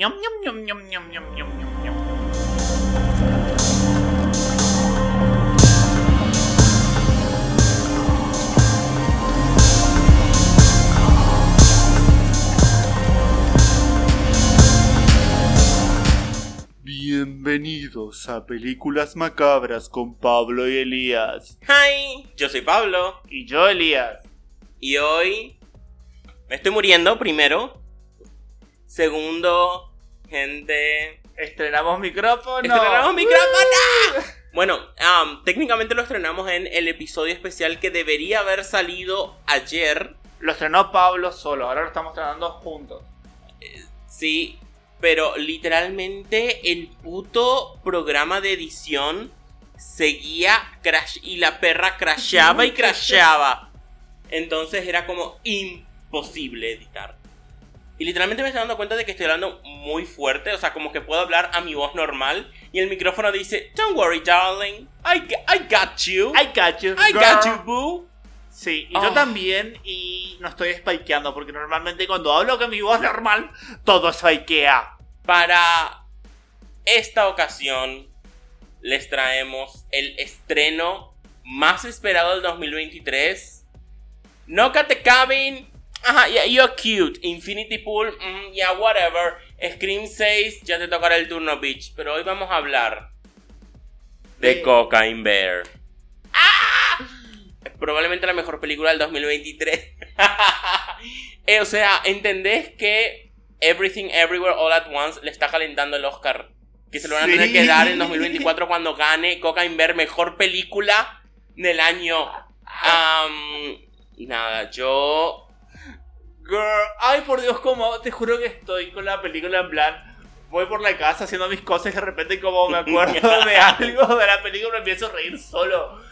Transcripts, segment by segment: ñom, ñom, ñom, ñom, ñom, ñom, ñom, ñom, ñom. Bienvenidos a Películas Macabras con Pablo y Elías. Hi, yo soy Pablo Y yo, Elías. y hoy me estoy muriendo primero. Segundo, gente... Estrenamos micrófono. ¡Estrenamos micrófono! Bueno, am, técnicamente lo estrenamos en el episodio especial que debería haber salido ayer, Lo estrenó Pablo solo, ahora lo estamos estrenando juntos. sí, pero literalmente el puto programa de edición seguía crash y la perra crashaba y crashaba. Entonces era como imposible editar. Y literalmente me estoy dando cuenta de que estoy hablando muy fuerte, o sea, como que puedo hablar a mi voz normal y el micrófono dice, "Don't worry, darling. I g- I got you. I got you. I girl. got you, boo." Sí, y Ah. yo también, y no estoy spikeando, porque normalmente cuando hablo con mi voz normal, todo spikea. Para esta ocasión les traemos el estreno más esperado del 2023. Knock at the Cabin. Ajá, yeah, you're cute. Infinity Pool. mm, yeah, whatever. Scream 6. Ya te tocará el turno, bitch. Pero hoy vamos a hablar de De- Cocaine Bear. ¡Ah! Es probablemente la mejor película del 2023. Eh, o sea, ¿entendés que Everything Everywhere All at Once le está calentando el Oscar? Que se lo van a tener Sí. que dar en 2024 cuando gane Cocaine Bear mejor película del año. Am, nada, yo. Girl, ay por Dios, como te juro que estoy con la película en plan. Voy por la casa haciendo mis cosas y de repente, como me acuerdo de algo de la película, empiezo a reír solo.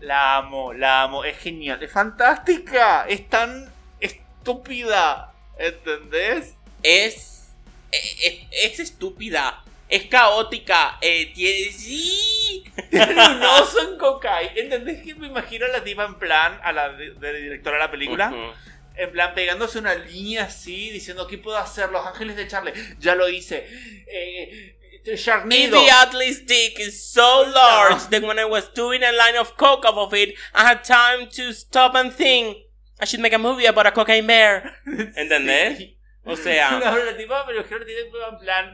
La amo, la amo, es genial, es fantástica, es tan estúpida, ¿entendés? Es. Es, es estúpida. Es caótica. Eh, tiene. Sí. Tiene un oso en cocaína. ¿Entendés que me imagino a la tipa en plan, a la de, de la directora de la película, Ujú. en plan pegándose una línea así, diciendo, ¿qué puedo hacer? Los ángeles de Charlie, ya lo hice. Eh, Sharknado. Immediately stick is so large that when I was doing a line of coke off of it, I had time to stop and think. I should make a movie about a cocaine bear. ¿Entendés? Sí. ¿Eh? O sea- No, la tipa, pero creo que tiene en plan.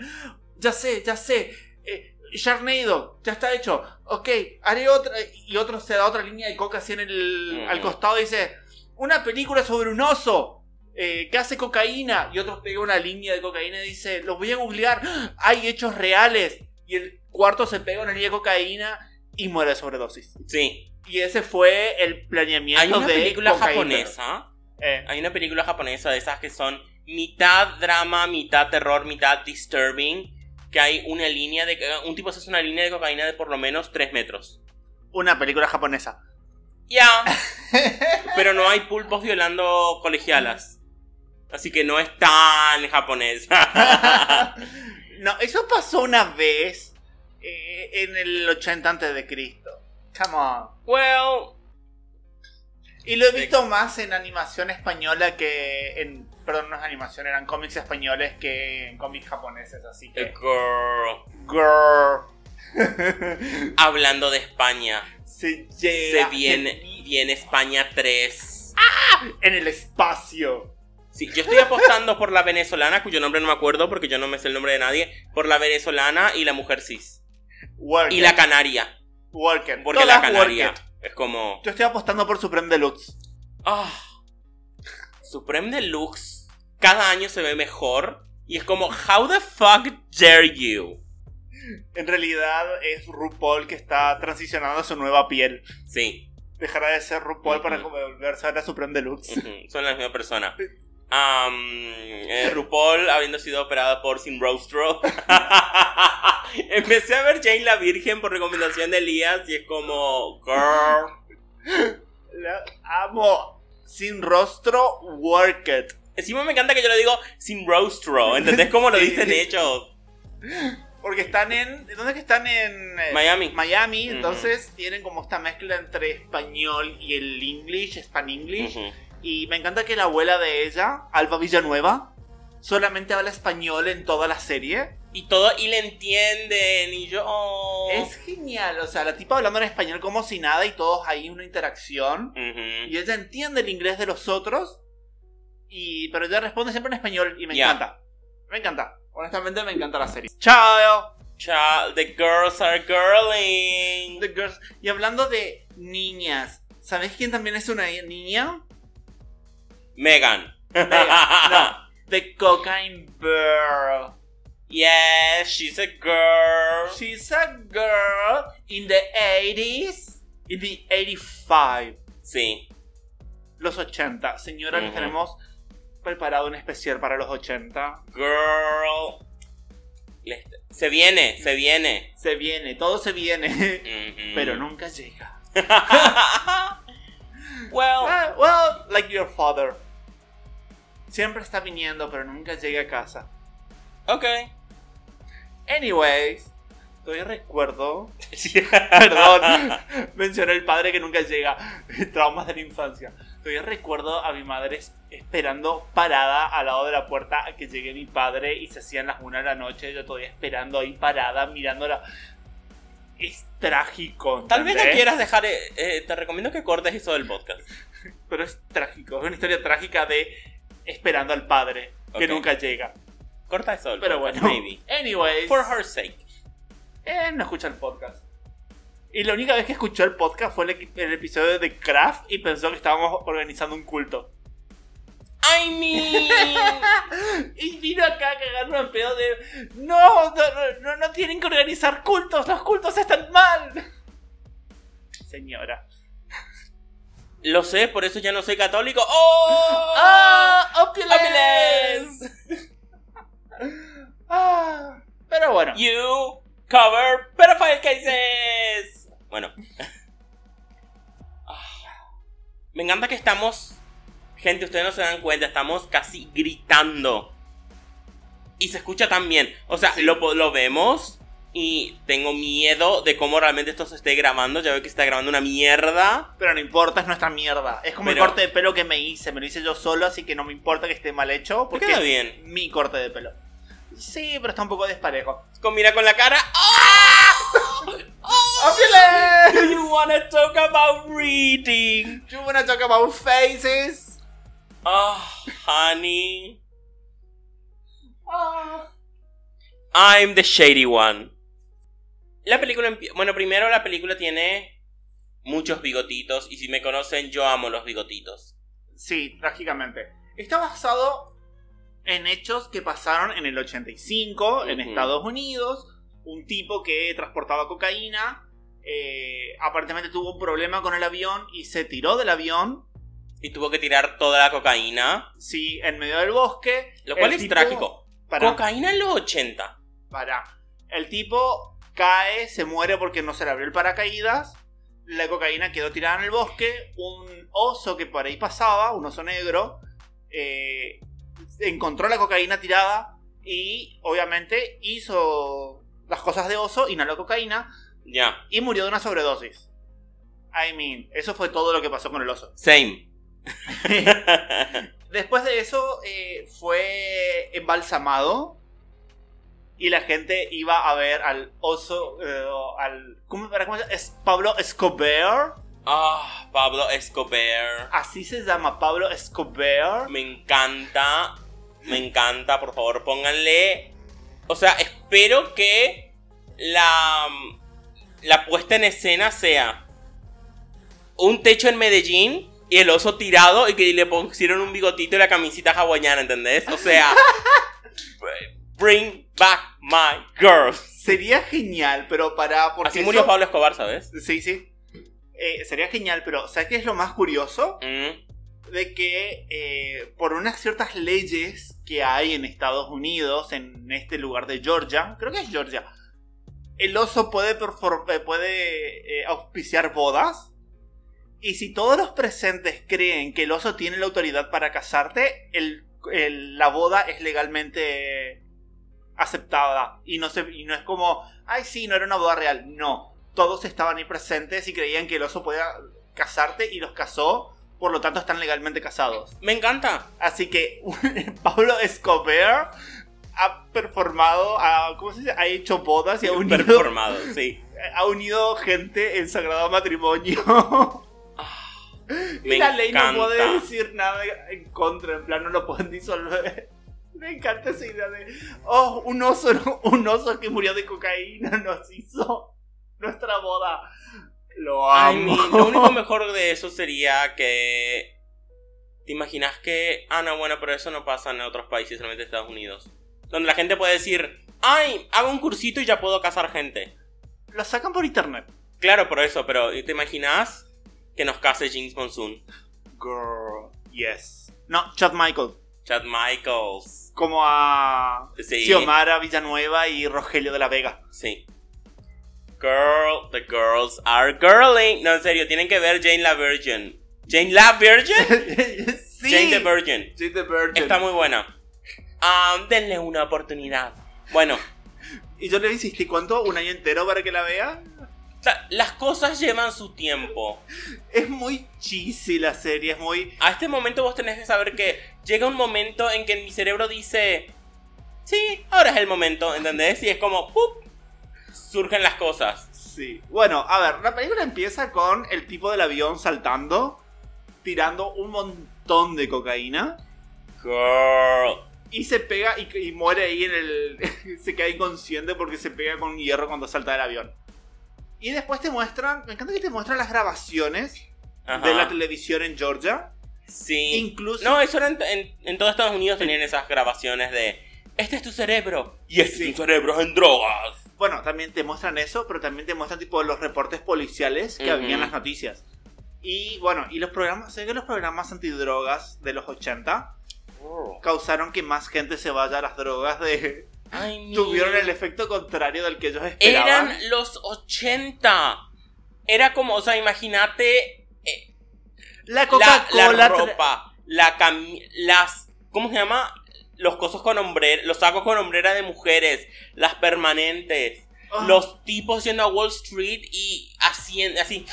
Ya sé, ya sé. Eh, Sharknado, ya está hecho. Ok, haré otra. Y otro se da otra línea de coca así en el. Mm. al costado y dice. Una película sobre un oso. eh, que hace cocaína. Y otro pega una línea de cocaína y dice. Los voy a googlear. Hay hechos reales. Y el cuarto se pega una línea de cocaína y muere de sobredosis. Sí. Y ese fue el planeamiento Hay una de película Cocaína. japonesa. Eh, Hay una película japonesa de esas que son mitad drama, mitad terror, mitad disturbing. Que hay una línea de. Un tipo se hace una línea de cocaína de por lo menos 3 metros. una película japonesa. Ya. Pero no hay pulpos violando colegialas. Así que no es tan japonesa. No, eso pasó una vez eh, en el 80 antes de Cristo. Come on. well, Y lo he visto más en animación española que en... Perdón, no es animación, eran cómics españoles que en cómics japoneses, así que... eh, girl. Girl. Hablando de España, Se se llega viene, viene España 3. en el espacio. Sí, yo estoy apostando por la venezolana, cuyo nombre no me acuerdo porque yo no me sé el nombre de nadie. Por la venezolana y la mujer cis. Worker. Y la canaria. Worker. Porque Todas la canaria worker. es como. Yo estoy apostando por Supreme Deluxe. Ah, Supreme Deluxe cada año se ve mejor. Y es como, how the fuck dare you? En realidad es RuPaul que está transicionando a su nueva piel. Sí, dejará de ser RuPaul para Ujú. volverse ahora Supreme Deluxe. ujú, son la misma persona. Am, eh, RuPaul habiendo sido operada por Sin Rostro. Empecé a ver Jane la Virgen por recomendación de Elías y es como, girl. La amo. Sin rostro, work it. Encima me encanta que yo le digo Sin Rostro. ¿Entendés cómo lo Sí. dicen ellos? Porque están en. ¿Dónde es que están en.? eh, Miami. Miami, Ujú. entonces tienen como esta mezcla entre español y el English, Span English. Ujú. Y me encanta que la abuela de ella, Alba Villanueva, solamente habla español en toda la serie. Y todo, y le entienden, y yo... oh. Es genial, o sea, la tipa hablando en español como si nada y todos ahí una interacción. Ujú. Y ella entiende el inglés de los otros, y, pero ella responde siempre en español y me Ya. encanta. Me encanta. Honestamente me encanta la serie. Chao. Child, the girls are girling. The girls. Y hablando de niñas, ¿sabés quién también es una niña? Megan. No, The Cocaine Girl. Yeah, she's a girl. She's a girl in the 80s. In the 85. Sí. Los 80. Señora, les Ujú. tenemos preparado un especial para los 80. Girl. Les- Se viene, se viene. Se viene, todo se viene. Ujú. Pero nunca llega. well, Ah, well, like your father. Siempre está viniendo, pero nunca llega a casa. okay. Anyways, todavía recuerdo. Perdón, mencioné el padre que nunca llega. Traumas de la infancia. Todavía recuerdo a mi madre es- esperando parada al lado de la puerta a que llegue mi padre y se hacían las una de la noche. Yo todavía esperando ahí parada, mirándola. Es trágico. Tal vez no ¿entendés? quieras dejar. eh, eh, te recomiendo que cortes eso del podcast. Pero es trágico. Es una historia trágica de esperando al padre Ok. que nunca llega. Corta eso del Pero podcast, bueno. maybe. Anyways. For her sake. Eh, no escucha el podcast. Y la única vez que escuchó el podcast fue el, equi- el episodio de Kraft y pensó que estábamos organizando un culto. I mean. Y vino acá a cagarme un pedo de. No, no, no, no, no tienen que organizar cultos, los cultos están mal. Señora. Lo sé, por eso ya no soy católico. ¡Oh! ¡Ah! Ambulance. ¡Opulence! Ah, pero bueno. You cover pedophile cases. Bueno. Ah. Me encanta que estamos. Gente, ustedes no se dan cuenta, estamos casi gritando. Y se escucha también. O sea, lo, po- lo vemos. Y tengo miedo de cómo realmente esto se esté grabando. Ya veo que se está grabando una mierda. Pero no importa, es nuestra mierda. Es como Pero- el corte de pelo que me hice. Me lo hice yo solo, así que no me importa que esté mal hecho. ¿Por Porque qué está bien? mi corte de pelo. Sí, pero está un poco desparejo. Con- Mira con la cara. ¡Ah! ¡Opulence! Do you wanna talk about reading? You wanna talk about faces? Oh, honey. Ah. I'm the shady one. La película, empie- bueno, primero la película tiene muchos bigotitos y si me conocen yo amo los bigotitos. Sí, trágicamente. Está basado en hechos que pasaron en el 85 en Ujú. Estados Unidos. Un tipo que transportaba cocaína. eh, aparentemente tuvo un problema con el avión y se tiró del avión. Y tuvo que tirar toda la cocaína, Sí, en medio del bosque. lo cual El es tipo- trágico. Para, Cocaína en los 80. para. El tipo cae, se muere porque no se le abrió el paracaídas. La cocaína quedó tirada en el bosque. Un oso que por ahí pasaba, un oso negro, eh, encontró la cocaína tirada y obviamente hizo las cosas de oso, inhaló cocaína Ya, y murió de una sobredosis. I mean, eso fue todo lo que pasó con el oso. same. Después de eso eh, fue embalsamado y la gente iba a ver al oso, eh, al... ¿Cómo, para, cómo se llama? Es Pablo Escobar. Ah, Pablo Escobar. Así se llama Pablo Escobar. Me encanta, me encanta, por favor, pónganle. O sea, espero que la, la puesta en escena sea un techo en Medellín y el oso tirado y que le pusieron un bigotito y la camisita hawaiana, ¿entendés? O sea, bring back my girls. Sería genial, pero para... Porque Así murió eso- Pablo Escobar, ¿sabes? Sí, sí. Eh, sería genial, pero ¿sabes qué es lo más curioso? Mm, de que eh, por unas ciertas leyes que hay en Estados Unidos, en este lugar de Georgia, creo que es Georgia, el oso puede, perfor- eh, puede eh, auspiciar bodas. Y si todos los presentes creen que el oso tiene la autoridad para casarte, el- el- la boda es legalmente aceptada. Y no, se, y no es como, ay, sí, no era una boda real. No. Todos estaban ahí presentes y creían que el oso podía casarte y los casó por lo tanto están legalmente casados. Me encanta. Así que Pablo Escobar ha performado, ha, ¿cómo se dice? Ha hecho bodas y ha unido, Performado, sí. ha unido gente en sagrado matrimonio. Me y la ley encanta. no puede decir nada en contra, en plan, no lo pueden disolver. Me encanta esa idea de, oh, un oso, un oso que murió de cocaína nos hizo nuestra boda. Lo Ay, mi- amo. lo único mejor de eso sería que. ¿Te imaginas que.? Ah, no, bueno, pero eso no pasa en otros países, solamente en Estados Unidos. Donde la gente puede decir: ¡Ay! Hago un cursito y ya puedo casar gente. Lo sacan por internet. Claro, por eso, pero ¿te imaginas que nos case James Monsoon? Girl, yes. No, Chad Michael. Chad Michaels. Como a Sí. Xiomara Villanueva y Rogelio de la Vega. Sí. Girl, the girls are girling. No, en serio, tienen que ver Jane la Virgin. ¿Jane la Virgin? sí. Jane the Virgin. Jane the Virgin. Está muy buena. Ah, denle una oportunidad. Bueno, Y yo le insistí, ¿cuánto? ¿Un año entero para que la vea? ta- las cosas llevan su tiempo. Es muy cheesy la serie, es muy... A este momento vos tenés que saber que llega un momento en que mi cerebro dice, sí, ahora es el momento, ¿entendés? Y es como, ¡pup! Surgen las cosas. Sí. Bueno, a ver, la película empieza con el tipo del avión saltando, tirando un montón de cocaína. Girl. Y se pega y, y muere ahí en el... se queda inconsciente porque se pega con un hierro cuando salta del avión. Y después te muestran... Me encanta que te muestran las grabaciones Ajá. de la televisión en Georgia. Sí. Incluso... No, eso era en, en, en todo Estados Unidos tenían esas grabaciones de, este es tu cerebro. Y este Sí. es tu cerebro en drogas. Bueno, también te muestran eso, pero también te muestran tipo los reportes policiales que Ujú. había en las noticias. Y bueno, y los programas, sé que los programas antidrogas de los 80 causaron que más gente se vaya a las drogas de Ay, mi- tuvieron el efecto contrario del que ellos esperaban. Eran los 80. Era como, o sea, imagínate eh, la la, la Coca-Cola tra- ropa, la cami- las, ¿cómo se llama? Los cosos con hombrera, los sacos con hombrera de mujeres, las permanentes, Ah, los tipos yendo a Wall Street y haciendo así,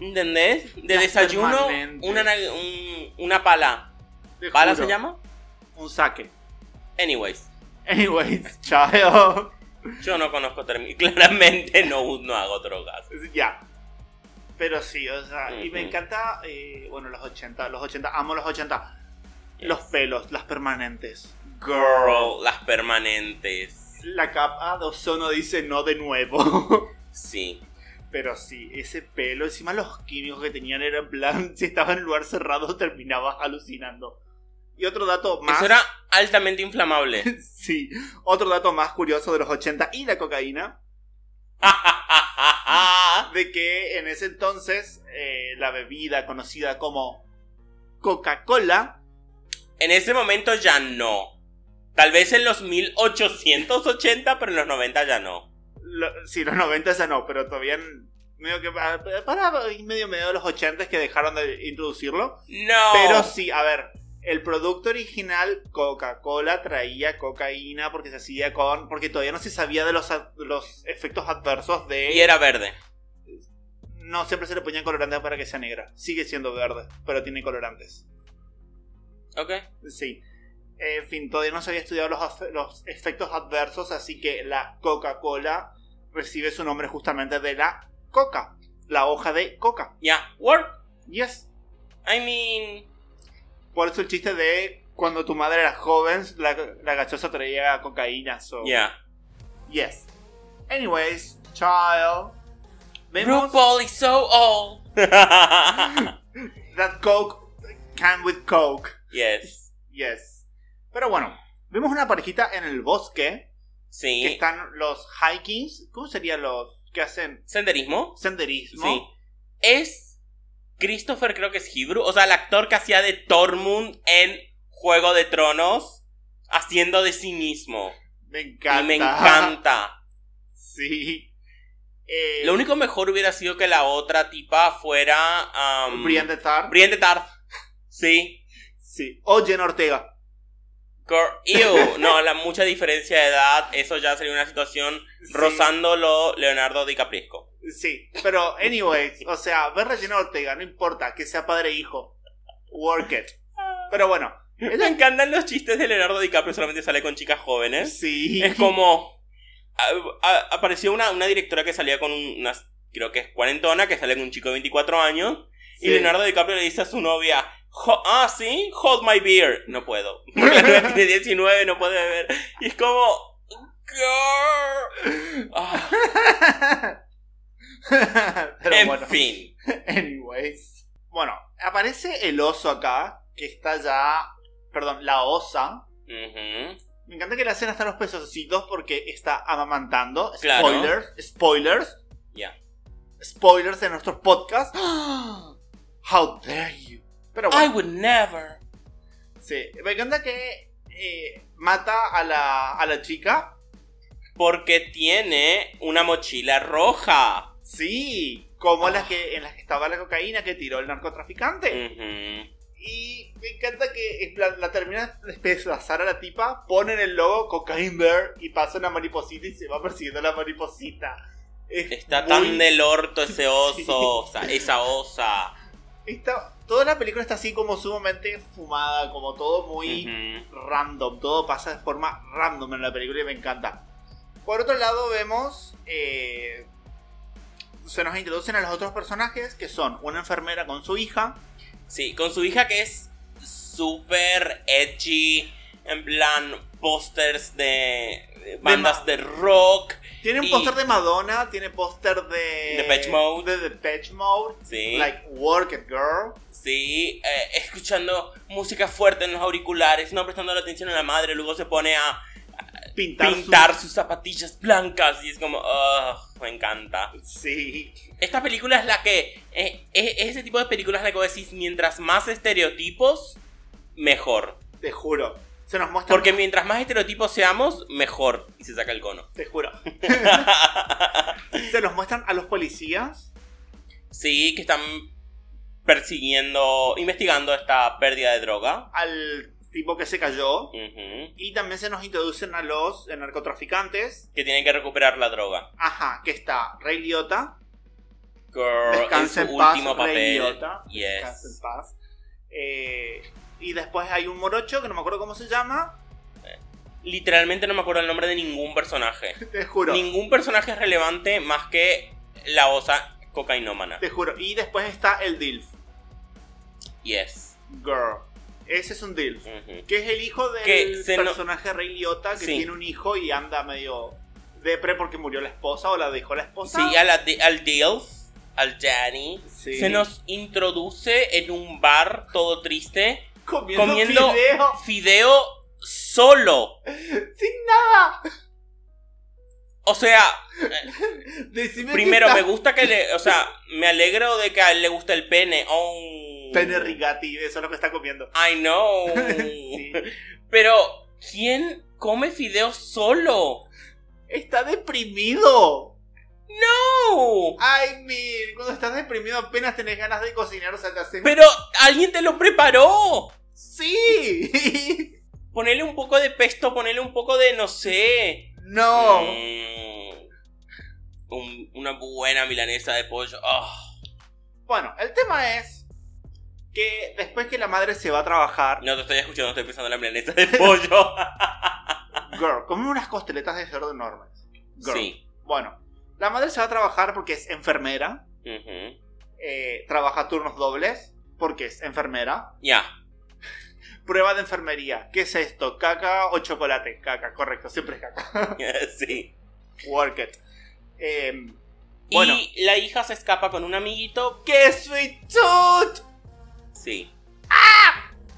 ¿entendés? De Las desayuno, permanentes. una, na- un- una pala. te ¿Pala juro, se llama? Un saque. Anyways, Anyways, child. yo no conozco términos. Claramente no, no hago drogas. Ya. Pero sí, o sea, y me Ujú. encanta, eh, bueno, los 80, los 80, amo los 80. Los pelos, las permanentes. Girl, las permanentes. La capa de ozono dice no de nuevo. Sí. Pero sí, ese pelo, encima los químicos que tenían era en plan, si estabas en lugar cerrado terminabas alucinando. Y otro dato más... Eso era altamente inflamable. Sí, otro dato más curioso de los 80 y la cocaína, de que en ese entonces eh, la bebida conocida como Coca-Cola en ese momento ya no. Tal vez en los 1880, pero en los 90 ya no. Lo- sí, los 90 ya no, pero todavía en- medio que pa- para y medio medio de los 80 que dejaron de introducirlo. No. Pero sí, a ver, el producto original Coca-Cola traía cocaína porque se hacía con porque todavía no se sabía de los ad- los efectos adversos de y era verde. no siempre se le ponían colorantes para que sea negra. Sigue siendo verde, pero tiene colorantes. Ok. Sí. Eh, En fin, todavía no se había estudiado los, af- los efectos adversos, así que la Coca-Cola recibe su nombre justamente de la coca, la hoja de coca. Ya. Work. Yes. I mean. Por eso el chiste de cuando tu madre era joven, la, la gachosa traía cocaína. So. Yeah. Yes. Anyways, child. Vemos RuPaul is so old. that coke can with coke. yes. Yes. Pero bueno, vemos una parejita en el bosque. Sí. que están los hikings, ¿cómo serían los que hacen ¿Senderismo? senderismo? Sí. Es. Christopher, creo que es Hebrew. O sea, el actor que hacía de Tormund en Juego de Tronos. Haciendo de sí mismo. Me encanta. Y me encanta. Sí. Eh, Lo único mejor hubiera sido que la otra tipa fuera. am, Brian de Tar. Brienne de Tarth. Sí. sí. O Jen Ortega. Girl, ew. No, la mucha diferencia de edad. Eso ya sería una situación Sí. rozándolo Leonardo DiCaprio. Sí. Pero, anyways, o sea, ver a Jen Ortega, no importa, que sea padre e hijo. Work it. Pero bueno, Me encantan los chistes de Leonardo DiCaprio, solamente sale con chicas jóvenes. sí. Es como. a- a- apareció una, una directora que salía con un- una. Creo que es cuarentona, que sale con un chico de 24 años. Sí. Y Leonardo DiCaprio le dice a su novia. "Jo- Ah, sí, hold my beer. No puedo. Tiene 19, no puede beber. Y es como. "Girl". Ah, Pero en bueno. fin. Anyways. Bueno, aparece el oso acá, que está ya. Perdón, la osa. Ujú. Me encanta que le hacen hasta los pezocitos porque está amamantando. Claro. Spoilers. Spoilers. Ya. Spoilers en nuestros podcasts. How dare you. Pero I bueno, would never. sí. Me encanta que eh, mata a la, a la chica. Porque tiene una mochila roja. Sí. Como las que, en las que estaba la cocaína que tiró el narcotraficante. Mm. Ujú. Y me encanta que en plan, la terminan de despedazar a la tipa, ponen el logo Cocaine Bear y pasa una mariposita y se va persiguiendo a la mariposita. Es Está muy- tan del orto ese oso, o sea, esa osa. está- Toda la película está así como sumamente fumada, como todo muy Ujú. random. Todo pasa de forma random en la película y me encanta. Por otro lado vemos... eh, se nos introducen a los otros personajes que son una enfermera con su hija. Sí, con su hija que es súper edgy, en plan pósters de bandas de, rock. Tiene un Y- póster de Madonna, tiene póster de... Depeche Mode. De Depeche Mode. Sí, Like Work It Girl. sí, eh, escuchando música fuerte en los auriculares, no prestando la atención a la madre, luego se pone a Pintar. pintar sus zapatillas blancas y es como, ugh, me encanta. su- Sí. Esta película es la que. eh, es, es ese tipo de películas la que vos decís, mientras más estereotipos, mejor. Te juro. Se nos muestra. Porque mientras más estereotipos seamos, mejor. Y se saca el cono. Te juro. se nos muestran a los policías. Sí, que están persiguiendo, investigando esta pérdida de droga. Al tipo que se cayó. Ujú. Y también se nos introducen a los eh, narcotraficantes. Que tienen que recuperar la droga. Ajá, que está Rey Liotta. Girl, Descansa en su en paz, último Rey papel. Liotta. Descansa en Yes. paz. Eh, y después hay un morocho que no me acuerdo cómo se llama. Literalmente no me acuerdo el nombre de ningún personaje. Te juro. Ningún personaje es relevante más que la osa cocainómana. Te juro. Y después está el DILF. Yes. Girl. Ese es un DILF. Ujú. Que es el hijo del Que se no- personaje Rey Liotta que Sí. tiene un hijo y anda medio depre porque murió la esposa o la dejó la esposa. Sí, a la de- al Dilf, al Danny. Sí. Se nos introduce en un bar todo triste, comiendo, comiendo fideo fideo solo. sin nada. O sea, Decime primero que me está gusta que le. O sea, me alegro de que a él le gusta el pene. Oh. pene rigati, eso es lo que está comiendo. I know. Sí. Pero, ¿quién come fideo solo? Está deprimido. No. Ay, mira, cuando estás deprimido apenas tenés ganas de cocinar, o sea, te haces- Pero alguien te lo preparó. Sí. Ponele un poco de pesto, ponele un poco de no sé. no. Mm. Un- una buena milanesa de pollo. Ah, Bueno, el tema es que después que la madre se va a trabajar, no te estoy escuchando, estoy pensando en la milanesa de pollo. girl, come unas costeletas de cerdo enormes. Girl. sí. Bueno, la madre se va a trabajar porque es enfermera, Ujú. eh, trabaja turnos dobles porque es enfermera. Ya. Prueba de enfermería, ¿qué es esto? ¿Caca o chocolate? Caca, correcto, siempre es caca. sí. Work it. Eh, Bueno. Y la hija se escapa con un amiguito. ¡Qué sweet tooth! Sí.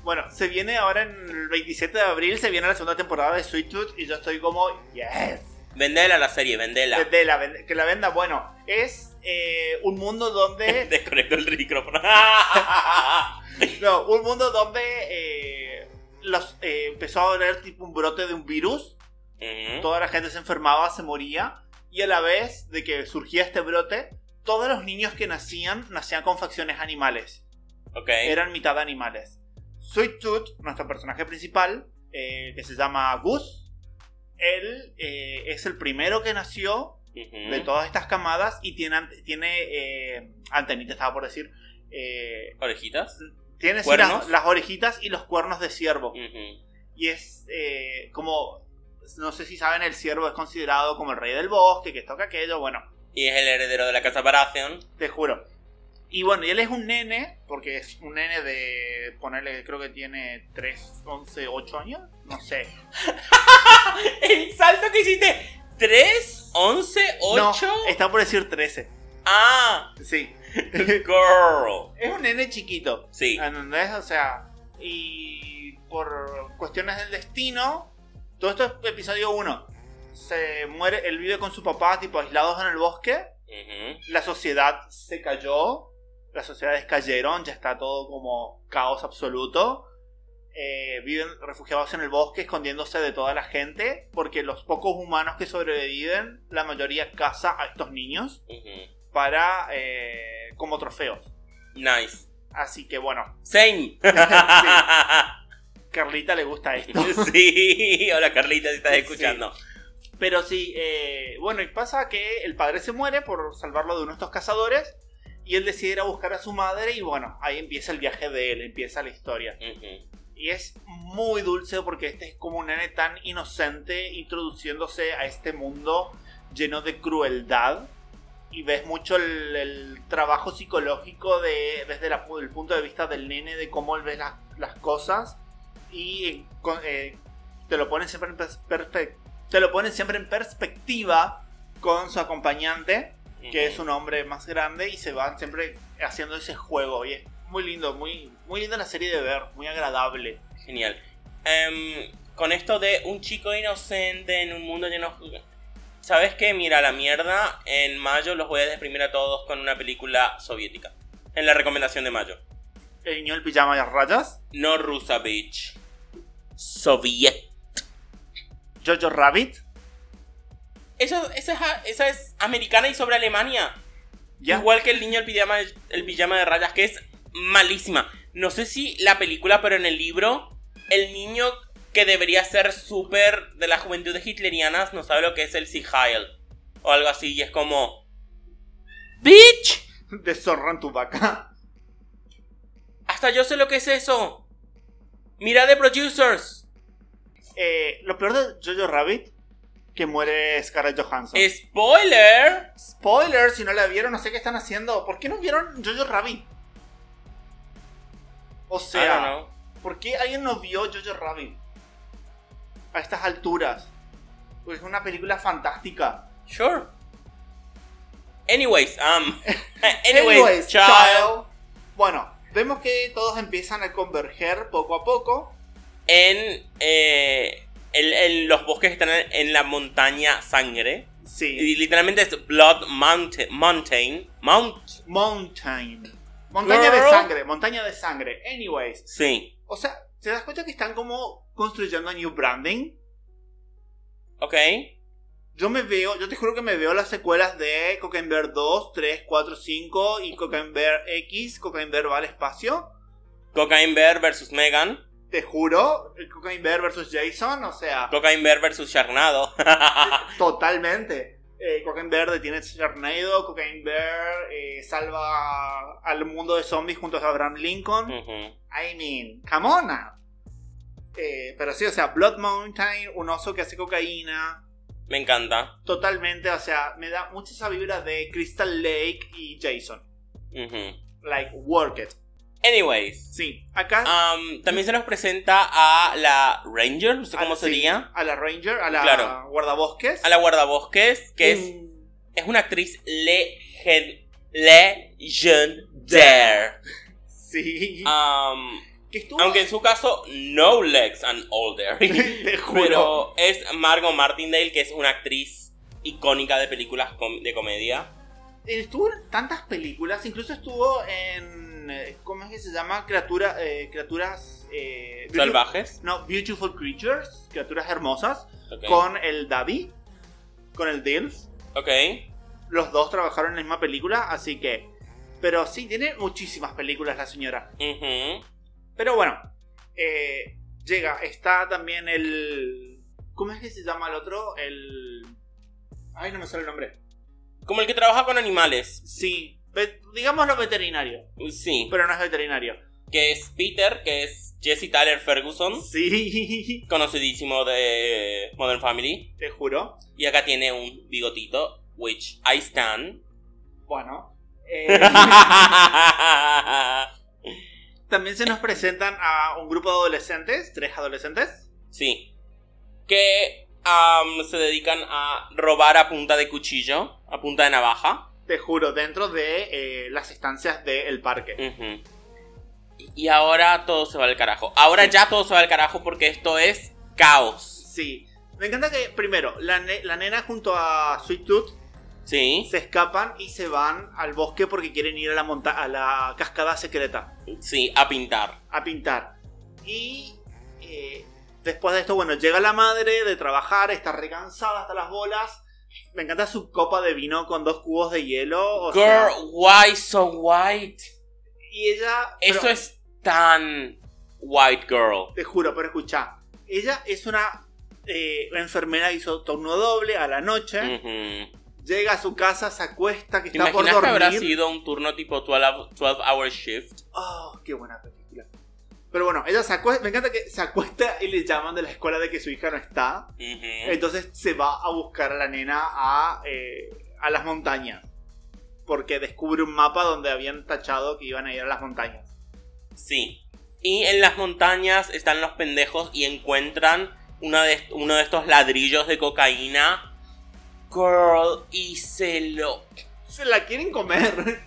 Bueno, se viene ahora en el 27 de abril, se viene la segunda temporada de Sweet Tooth y yo estoy como, yes. Vendela la serie, vendela. Vendela, vende- que la venda, bueno, es eh, un mundo donde Desconecto el micrófono. No, un mundo donde eh, los, eh, empezó a haber tipo un brote de un virus, Ujú. toda la gente se enfermaba, se moría, y a la vez de que surgía este brote, todos los niños que nacían nacían con facciones animales, ok. eran mitad animales. Sweet Tooth, nuestro personaje principal, eh, que se llama Gus, él eh, es el primero que nació Ujú. de todas estas camadas y tiene, ant- tiene eh, antenita, estaba por decir, eh, ¿Orejitas? Tiene así ¿Cuernos? las, las orejitas y los cuernos de ciervo. Ujú. Y es eh, como. No sé si saben, el ciervo es considerado como el rey del bosque, que toca aquello. Bueno, Y es el heredero de la casa Baratheon. te juro. Y bueno, y él es un nene, porque es un nene de. Ponerle, creo que tiene 3, 11, 8 años. No sé. El salto que hiciste. 3, 11, 8. No, está por decir 13. Ah, Sí. girl. Es un nene chiquito. Sí. ¿Entendés? O sea, y por cuestiones del destino, todo esto es episodio 1. Se muere, él vive con su papá, tipo aislados en el bosque. Ujú. La sociedad se cayó, las sociedades cayeron, ya está todo como caos absoluto. Eh, viven refugiados en el bosque, escondiéndose de toda la gente, porque los pocos humanos que sobreviven, la mayoría caza a estos niños Ujú. para eh, como trofeos. Nice. Así que bueno, Same. Carlita le gusta esto. sí. Hola Carlita, si estás Sí. escuchando. Pero sí, eh, bueno, y pasa que el padre se muere por salvarlo de uno de estos cazadores. Y él decide ir a buscar a su madre. Y bueno, ahí empieza el viaje de él, empieza la historia. Ujú. Y es muy dulce porque este es como un nene tan inocente introduciéndose a este mundo lleno de crueldad. Y ves mucho el, el trabajo psicológico de, desde la- el punto de vista del nene, de cómo él ve las, las cosas. Y eh, con- eh, te, lo ponen siempre en pers- perfe- te lo ponen siempre en perspectiva con su acompañante que es un hombre más grande y se van siempre haciendo ese juego y es muy lindo, muy, muy linda la serie de ver, muy agradable. Genial. Em, con esto de un chico inocente en un mundo lleno. ¿Sabes qué? Mira, la mierda. En mayo los voy a deprimir a todos con una película soviética. En la recomendación de mayo. El niño del pijama y las rayas, No rusa, bitch. Soviet. Jojo Rabbit, Eso, eso es, a- esa es americana y sobre Alemania. ya. Igual que el niño el pijama, el pijama de rayas, que es malísima. No sé si la película, pero en el libro, el niño que debería ser súper de las juventudes hitlerianas no sabe lo que es el Sihail. O algo así, y es como... ¡Bitch! Deshonran tu vaca. Hasta yo sé lo que es eso. Mira de producers. Eh, lo peor de Jojo Rabbit, que muere Scarlett Johansson. ¡Spoiler! Spoiler, si no la vieron, no sé qué están haciendo. ¿Por qué no vieron Jojo Rabbit? O I don't sea, know. ¿por qué alguien no vio Jojo Rabbit? A estas alturas. Porque es una película fantástica. Sure. Anyways, um... anyways, Anyways, child. child. Bueno, vemos que todos empiezan a converger poco a poco. en, eh, en, en los bosques que están en, en la montaña sangre. Sí. Y literalmente es Blood Mountain. Mountain. Mount. Mountain. Montaña de Girl. sangre, montaña de sangre. Anyways. Sí. O sea, ¿te das cuenta que están como construyendo new branding? Ok. Yo me veo, yo te juro que me veo las secuelas de Cocaine Bear 2, 3, 4, 5 y Cocaine Bear X, Cocaine Bear va al espacio. Cocaine Bear versus Megan. Te juro, el Cocaine Bear versus Jason, o sea, Cocaine Bear versus Charnado. Totalmente. Eh, Cocaine Bear detiene a Sharknado, Cocaine Bear eh, salva al mundo de zombies junto a Abraham Lincoln. Ujú. I mean, come on now. Eh, pero sí, o sea, Blood Mountain, un oso que hace cocaína. Me encanta. Totalmente, o sea, me da mucha esa vibra de Crystal Lake y Jason. Ujú. Like, work it. Anyways. Sí, acá. um, también se nos presenta a la Ranger. No sé cómo Ah, sí, sería. a la Ranger, a la Claro. guardabosques. Mm, A la guardabosques. Que es Un- Es una actriz legend, legendaire. Sí. Um, que estuvo. aunque en su caso, no legs and older. te juro. Pero es Margot Martindale, que es una actriz icónica de películas com- de comedia. Estuvo en tantas películas, incluso estuvo en. eh, ¿Cómo es que se llama? Criatura, eh, criaturas. eh, beautiful- Salvajes. No, Beautiful Creatures, criaturas hermosas, Ok. con el Davi, con el Dilf. Ok. Los dos trabajaron en la misma película, así que. Pero sí, tiene muchísimas películas la señora. Ujú. Pero bueno, eh, llega, está también el. ¿Cómo es que se llama el otro? El. Ay, no me sale el nombre. Como el que trabaja con animales. Uh, Sí, ve- digámoslo veterinario. Sí. pero no es veterinario. que es Peter, que es Jesse Tyler Ferguson, Sí, conocidísimo de Modern Family. te juro. Y acá tiene un bigotito, which I stand. Bueno. eh, también se nos presentan a un grupo de adolescentes, tres adolescentes. sí. Que am, se dedican a robar a punta de cuchillo, a punta de navaja. Te juro, dentro de eh, las estancias del parque. Ujú. Y- Y ahora todo se va al carajo. Ahora ya todo se va al carajo porque esto es caos. Sí. Me encanta que, primero, la, ne- la nena junto a Sweet Tooth ¿Sí? se escapan y se van al bosque porque quieren ir a la, monta a la cascada secreta Sí, a pintar. a pintar. Y eh, después de esto, bueno, llega la madre de trabajar, está recansada hasta las bolas. Me encanta su copa de vino con dos cubos de hielo. o sea, Girl, why so white? y ella. Eso pero- es tan white girl. Te juro, pero escucha. Ella es una eh, enfermera, hizo turno doble a la noche. Ujú. Llega a su casa, se acuesta, que Mm. ¿Te ¿Eh? está por imaginas que habrá dormir. sido un turno tipo 12, 12 hour shift? Oh, qué buena película. Pero bueno, ella se acuesta, me encanta que se acuesta y le llaman de la escuela de que su hija no está. Ujú. Entonces se va a buscar a la nena a, eh, a las montañas. Porque descubre un mapa donde habían tachado que iban a ir a las montañas. Sí. Y en las montañas están los pendejos y encuentran una de est- uno de estos ladrillos de cocaína. Girl, y se lo Se la quieren comer.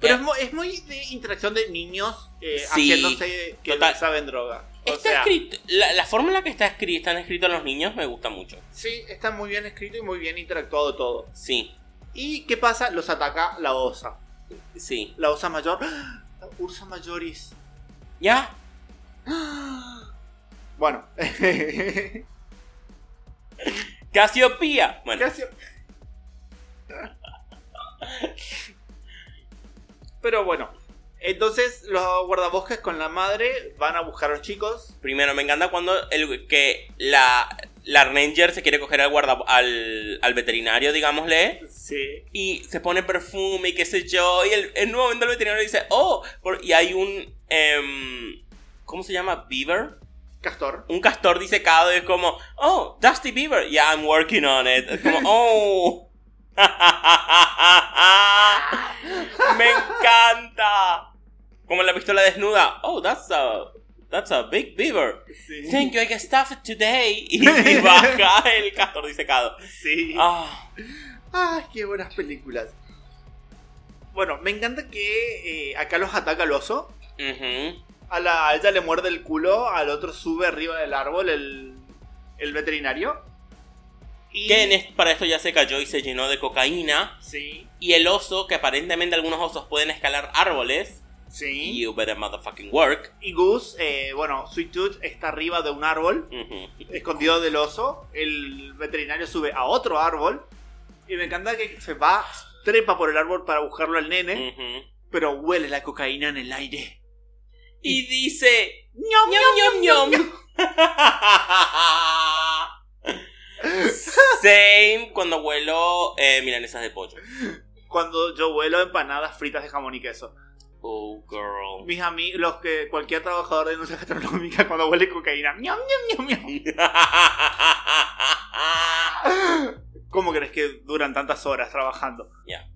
Pero es, mu- es muy de interacción de niños eh, Eh. Sí, haciéndose que total. saben droga. O Está sea, escrito, la, la forma en la que está escrito, están escritos los niños me gusta mucho. sí, está muy bien escrito y muy bien interactuado todo. Sí, ¿Y qué pasa? Los ataca la osa. sí. La osa mayor. ¡Ah! La Ursa mayoris. ¡Ah! ¿Ya? Bueno. ¿Qué Casiopía. Bueno, hacía? Pero bueno. Entonces los guardabosques con la madre van a buscar a los chicos. primero me encanta cuando el, que la, la ranger se quiere coger al, guarda, al, al veterinario, digámosle. Sí. Y se pone perfume y qué sé yo. Y el, en un momento el veterinario dice, oh, por- y hay un... em, ¿Cómo se llama? Beaver. Castor. Un castor disecado y es como, oh, Dusty Beaver. Yeah, I'm working on it. Es como, oh. Me encanta. Como la pistola desnuda. Oh, that's a, that's a big beaver. Sí. Thank you, I can stuff it today. Y, y baja el castor disecado. Sí. Ah, ¡Ay, qué buenas películas! Bueno, me encanta que eh, acá los ataca el oso. ujú. A, la, a ella le muerde el culo, al otro sube arriba del árbol el, el veterinario. Y, Que en es- para esto ya se cayó y se llenó de cocaína. Sí, Y el oso, que aparentemente algunos osos pueden escalar árboles. sí. You better motherfucking work. Y Gus, eh, bueno, Sweet Tooth está arriba de un árbol, Ujú. escondido del oso. El veterinario sube a otro árbol. Y me encanta que se va, trepa por el árbol para buscarlo al nene, Ujú. pero huele la cocaína en el aire. Y dice, ¡Ñam, ñom, ñom, ñom. Same cuando vuelo eh, milanesas de pollo. cuando yo vuelo empanadas fritas de jamón y queso. Oh, girl. Mis amigos, los que cualquier trabajador de industria gastronómica cuando huele cocaína, ñam, ñam, ñam, ñam. ¿Cómo crees que duran tantas horas trabajando? Ya.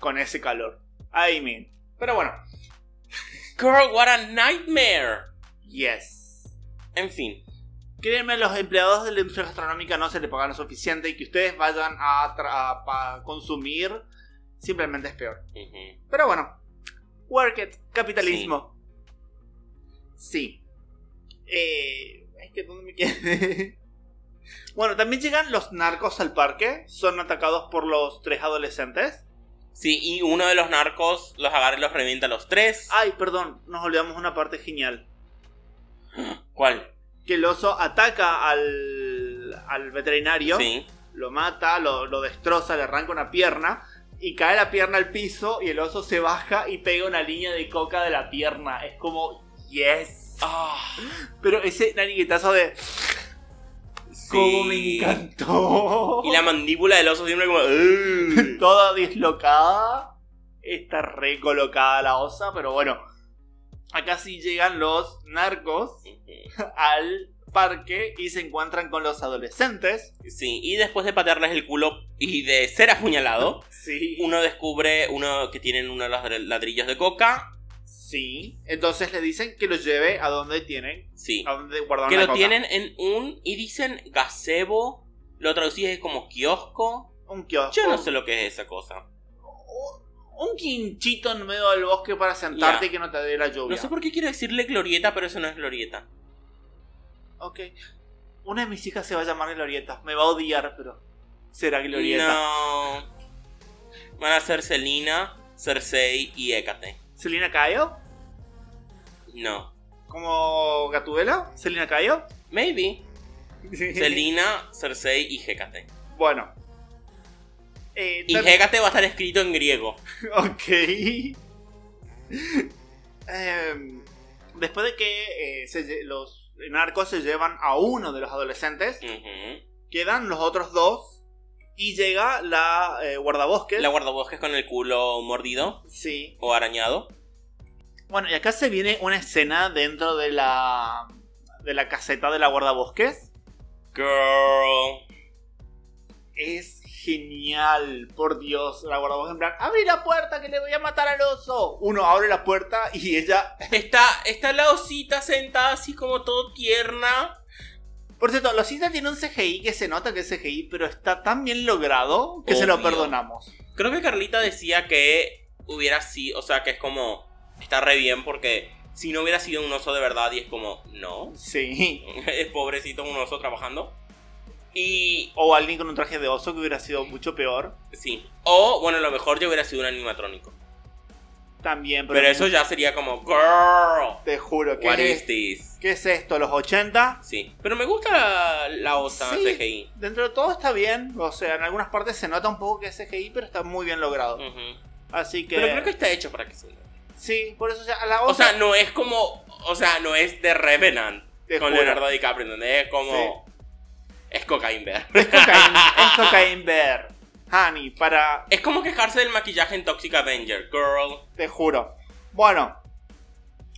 Con ese calor. I mean. Pero bueno, Girl, what a nightmare. yes. En fin. Créeme, los empleados de la industria gastronómica no se les pagan lo suficiente y que ustedes vayan a, tra- a pa- consumir simplemente es peor. Ujú. Pero bueno, work it, capitalismo. Sí. Eh, es que ¿dónde me quedé? bueno, también llegan los narcos al parque. Son atacados por los tres adolescentes. Sí, y uno de los narcos los agarra y los revienta a los tres. Ay, perdón, nos olvidamos una parte genial. ¿Cuál? Que el oso ataca al, al veterinario, Sí. lo mata, lo, lo destroza, le arranca una pierna. Y cae la pierna al piso y el oso se baja y pega una línea de coca de la pierna. Es como, yes. Ah, Pero ese nariguetazo de sí. cómo me encantó. Y la mandíbula del oso siempre como... "Ugh". Toda dislocada. Está recolocada la osa, pero bueno. acá sí llegan los narcos al parque y se encuentran con los adolescentes. Sí, y después de patearles el culo y de ser apuñalado, Sí. uno descubre uno que tienen uno de los ladrillos de coca. Sí. Entonces le dicen que los lleve a donde tienen, Sí. a donde guardaron Que la lo Ah, coca. tienen en un. Y dicen gazebo. Lo traducís como kiosco. Un kiosco. Yo no sé lo que es esa cosa. Un quinchito en medio del bosque para sentarte Ya. y que no te dé la lluvia. No sé por qué quiero decirle glorieta, pero eso no es glorieta. Ok. Una de mis hijas se va a llamar Glorieta. Me va a odiar, pero será Glorieta. No. Van a ser Selina, Cersei y Hécate. ¿Selina Cayo? No. ¿Como Gatubela? ¿Selina Cayo? Maybe. Selina, Cersei y Hécate. Bueno. Eh, Y tan- Hécate va a estar escrito en griego. Ok. Em, después de que eh, se lle- los narcos se llevan a uno de los adolescentes, Ujú. quedan los otros dos y llega la eh, guardabosques. La guardabosques con el culo mordido Sí. o arañado. Bueno, y acá se viene una escena dentro de la de la caseta de la guardabosques. Girl. Es genial, por Dios, la guardabosques en plan, abrí la puerta que le voy a matar al oso. Uno abre la puerta y ella Está, está la osita sentada así como todo tierna. Por cierto, los Cintas tiene un CGI que se nota que es CGI, pero está tan bien logrado que se lo Obvio. perdonamos. Creo que Carlita decía que hubiera sido, o sea, que es como, está re bien porque si no hubiera sido un oso de verdad y es como, no, Sí. es pobrecito un oso trabajando. Y, O alguien con un traje de oso que hubiera sido mucho peor. sí, o bueno, a lo mejor yo hubiera sido un animatrónico. También, pero, Pero eso ya sería como, girl, te juro que. what is this? ¿Qué es esto? ¿Los 80? Sí, pero me gusta la, la osa Sí. CGI. Dentro de todo está bien. O sea, en algunas partes se nota un poco que es CGI, pero está muy bien logrado. Ujú. Así que. Mm. Pero creo que está hecho para que se vea. Sí, por eso ya. a la O otra- sea, no es como. O sea, no es de Revenant Te con juro. Leonardo DiCaprio, ¿entendés? Es como. Es cocaine bear. es cocaine, es cocaine bear. Honey, para. Es como quejarse del maquillaje en Toxic Avenger, girl. Te juro. Bueno.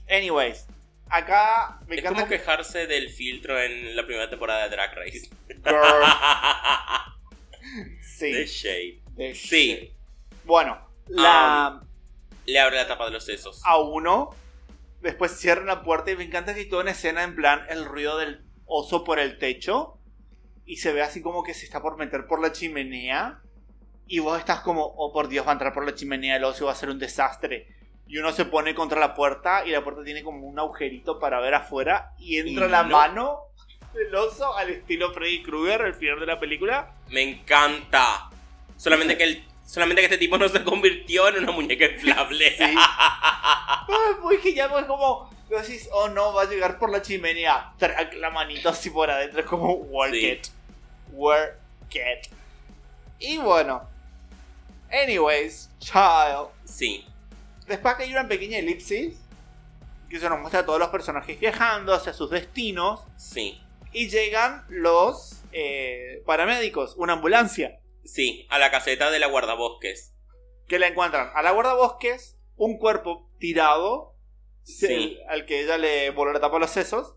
Anyways. Acá me Es encanta como que- quejarse del filtro en la primera temporada de Drag Race. Girl. The Sí. Shade. De- Sí, Um, Bueno, la le abre la tapa de los sesos. a uno después cierran la puerta y me encanta que hay toda una escena en plan el ruido del oso por el techo y se ve así como que se está por meter por la chimenea y vos estás como, oh por Dios, va a entrar por la chimenea el oso y va a ser un desastre. Y uno se pone contra la puerta y la puerta tiene como un agujerito para ver afuera y entra Y la no. mano del oso al estilo Freddy Krueger, al final de la película. Me encanta. Solamente que el. Solamente que este tipo no se convirtió en una muñeca inflable. Sí. Ah, Muy genial, pues como vos decís, oh no, va a llegar por la chimenea. Trac, la manito así por adentro, es como work Sí. it. Work it. Y bueno. Anyways, child. Sí. Después que hay una pequeña elipsis. Que se nos muestra a todos los personajes viajando hacia sus destinos. Sí. Y llegan los eh, paramédicos, una ambulancia. Sí. A la caseta de la guardabosques. Que la encuentran a la guardabosques, un cuerpo tirado. Sí. Al que ella le voló la tapa a los sesos.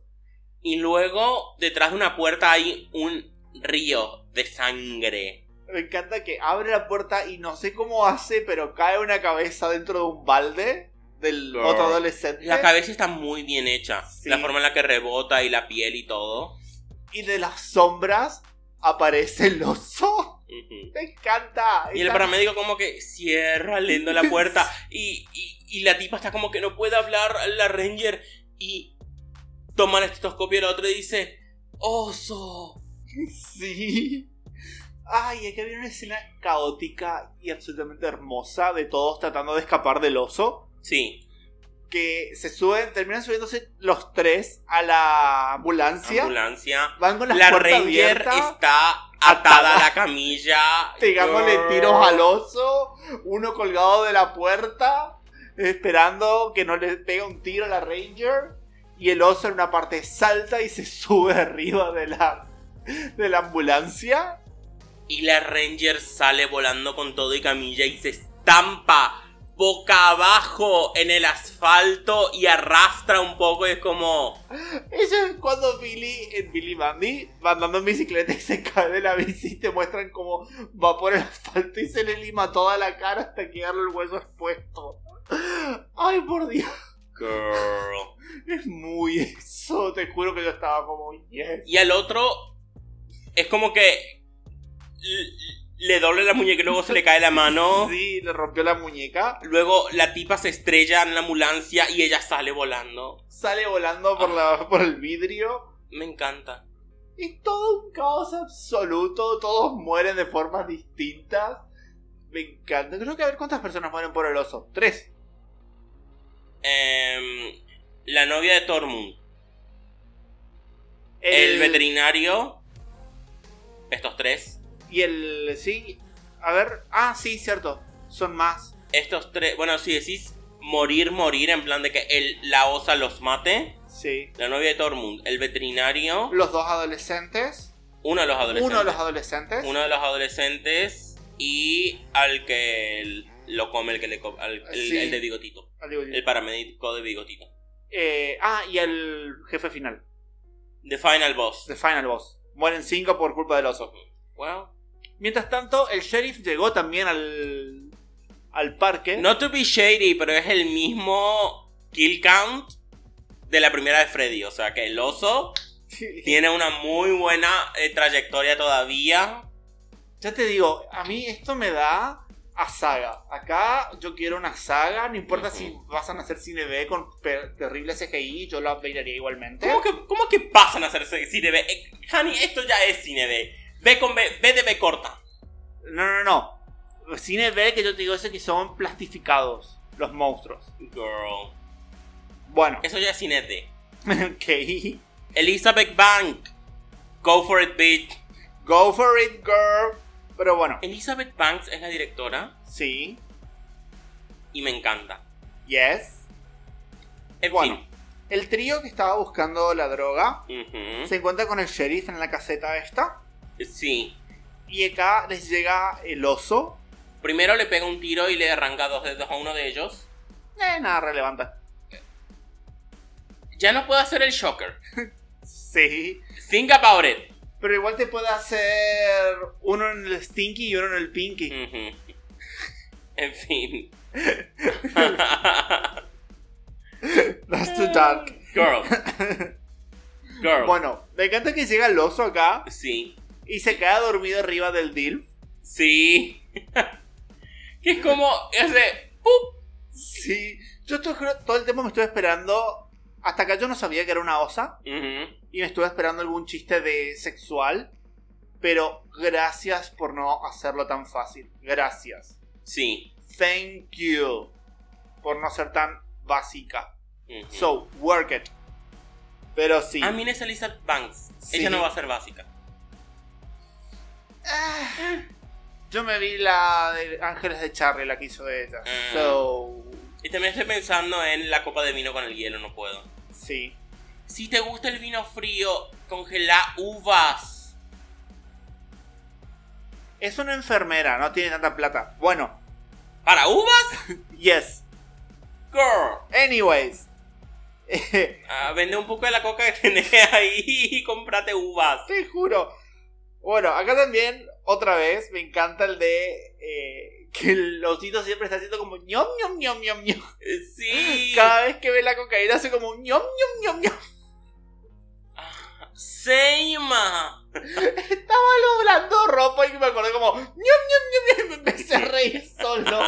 Y luego, detrás de una puerta hay un río de sangre. Me encanta que abre la puerta y no sé cómo hace, pero cae una cabeza dentro de un balde del Girl. otro adolescente. La cabeza está muy bien hecha. Sí. La forma en la que rebota y la piel y todo. y de las sombras aparece el oso. Ujú. Me encanta. Y el Está- paramédico como que cierra lento la puerta y, y- y la tipa está como que no puede hablar, la ranger, y toma el estetoscopio y la otra y dice, oso. Sí. Ay, aquí había una escena caótica y absolutamente hermosa de todos tratando de escapar del oso. Sí, Que se suben, terminan subiéndose los tres a la ambulancia. ambulancia. Van con las La puertas ranger abiertas. está Atada. atada a la camilla. pegándole Girl. tiros al oso, uno colgado de la puerta, esperando que no le pegue un tiro a la Ranger, y el oso en una parte salta y se sube arriba de la, de la ambulancia. Y la Ranger sale volando con todo y camilla y se estampa boca abajo en el asfalto y arrastra un poco. Es como. Eso es cuando Billy, en Billy Mandy, va andando en bicicleta y se cae de la bici y te muestran cómo va por el asfalto y se le lima toda la cara hasta quedarle el hueso expuesto. Ay, por Dios. Girl. Es muy eso. Te juro que yo estaba como, yes. Y al otro es como que l- le doble la muñeca y luego se le cae la mano. Sí, le rompió la muñeca. Luego la tipa se estrella en la ambulancia y ella sale volando. Sale volando por, la, por el vidrio. Me encanta. Es todo un caos absoluto. Todos mueren de formas distintas. Me encanta. Creo que a ver cuántas personas mueren por el oso. Tres. Em, la novia de Tormund. El... veterinario. Estos tres. Y el. Sí. A ver. Ah, sí, cierto. Son más. Estos tres. Bueno, si decís morir, morir, en plan de que el, la osa los mate. Sí. La novia de Tormund, el veterinario. Los dos adolescentes. Uno de los adolescentes. Uno de los adolescentes. uno de los adolescentes y al que el- lo come, el que le co- al, el, Sí. el de bigotito, Ah, digo, el paramédico de bigotito. eh, ah, y el jefe final. The Final Boss. The Final Boss. Mueren cinco por culpa del oso. Wow. Mientras tanto, el sheriff llegó también al. al parque. No to be shady, pero es el mismo kill count de la primera de Freddy. O sea que el oso tiene una muy buena eh, trayectoria todavía. Ya te digo, a mí esto me da a saga. Acá yo quiero una saga, no importa si vas a hacer cine B con per- terrible CGI, yo la vería igualmente. ¿Cómo que, cómo que pasan a hacer cine B? Eh, honey, esto ya es cine B. B, con B, B de B corta. No, no, no. Cine B que yo te digo es que son plastificados los monstruos. Girl. Bueno, Eso ya es cine D. ok. Elizabeth Bank. Go for it, bitch. Go for it, girl. Pero bueno, Elizabeth Banks es la directora sí, y me encanta. yes. En Bueno. El trío que estaba buscando la droga fin. Ujú. se encuentra con el sheriff en la caseta esta. Sí. Y acá les llega el oso. Primero le pega un tiro y le arranca dos dedos a uno de ellos. Eh, nada relevante. Ya no puedo hacer el shocker. Sí. Think about it. Pero igual te puede hacer uno en el Stinky y uno en el Pinky. Ujú. En fin. That's too dark. Girl. Girl. Bueno, me encanta que llega el oso acá Sí. y se queda dormido arriba del deal. Sí. que es como ese... ¡pup! Sí. Yo te juro, todo el tiempo me estuve esperando. Hasta acá yo no sabía que era una osa. Ujú. Y me estuve esperando algún chiste de sexual. Pero gracias por no hacerlo tan fácil. Gracias. Sí. Thank you. Por no ser tan básica. Ujú. So, work it. Pero sí. A mí es Elizabeth Banks. Sí. Ella no va a ser básica. Ah, Yo me vi la de Ángeles de Charlie, la que hizo de ella. Mm. So, Y también estoy pensando en la copa de vino con el hielo, no puedo. sí. Si te gusta el vino frío, congela uvas. Es una enfermera, no tiene tanta plata. Bueno, ¿Para uvas? yes. Girl. Anyways. Te Ah, vende un poco de la coca que tenés ahí y comprate uvas. juro. Bueno, acá también, otra vez, me encanta el de eh, que el osito siempre está haciendo como ñom ñom ñom ñom ñom. Sí. Cada vez que ve la cocaína hace como ñom ñom ñom ñom. Seima. Estaba doblando ropa y me acordé como ñom ñom ñom ñom y me empecé a reír solo.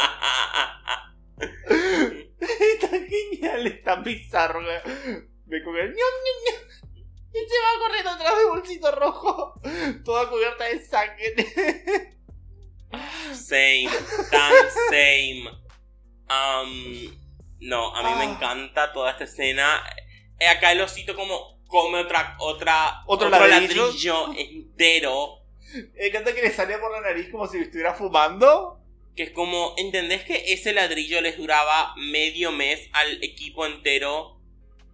Está genial, está pizarro. Me comió el ñom, ñom, ñom. Y se va corriendo atrás de bolsito rojo. Toda cubierta de sangre. Same. Tan same. Um, no, a mí me Ah. encanta toda esta escena. Eh, acá el osito como come otra, otra, Otro ladrillo. ladrillo entero. Me encanta que le sale por la nariz como si estuviera fumando. Que es como, ¿entendés que ese ladrillo les duraba medio mes al equipo entero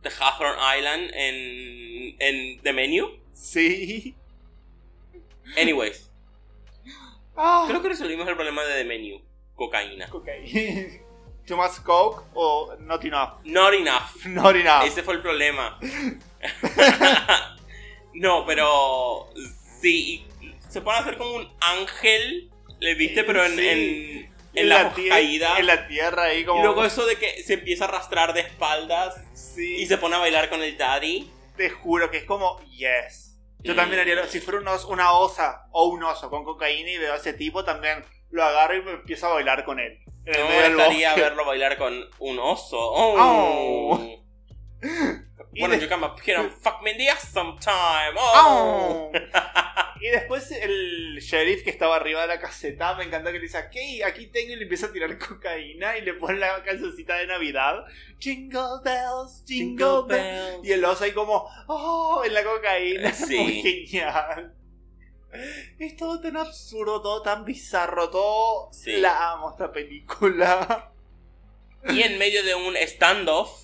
de Hawthorne Island en, en The Menu? Sí. Anyways, Ah, creo que resolvimos el problema de The Menu. Cocaína. cocaína. Too Much Coke o Not Enough. Not enough. Not Enough. Ese fue el problema. no, pero sí, y se pone a hacer como un ángel, le viste, pero en, Sí. en- en la, tie- caída. En la tierra ahí como... Y luego eso de que se empieza a arrastrar de espaldas Sí. y se pone a bailar con el daddy. Te juro que es como, yes. Yo Mm. también haría, lo- si fuera un oso- una osa o un oso con cocaína y veo a ese tipo, también lo agarro y me empiezo a bailar con él. En el No medio me del gustaría bosque. verlo bailar con un oso. Oh. Oh. Y Bueno, de- you come up here and fuck me in the ass sometime. Oh. ¡Au! y después el sheriff que estaba arriba de la caseta, me encanta que le dice, ¿qué? Aquí tengo y le empieza a tirar cocaína y le pone la cancioncita de Navidad. Jingle bells, jingle bells. Y el oso ahí como, ¡oh! En la cocaína. Eh, Sí. Muy genial. Es todo tan absurdo, todo tan bizarro, todo... Sí. La amo esta película. Y en medio de un standoff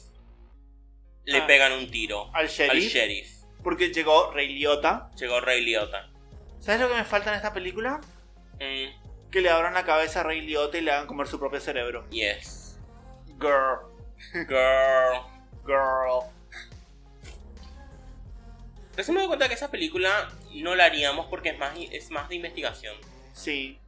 le Ah. pegan un tiro Al sheriff. al sheriff. Porque llegó Rey Liotta. Llegó Ray Liotta. ¿Sabes lo que me falta en esta película? Mm, Que le abran la cabeza a Rey Liotta y le hagan comer su propio cerebro. yes. Girl. Girl. Girl. Recién me doy cuenta que esa película no la haríamos porque es más, es más de investigación. Sí.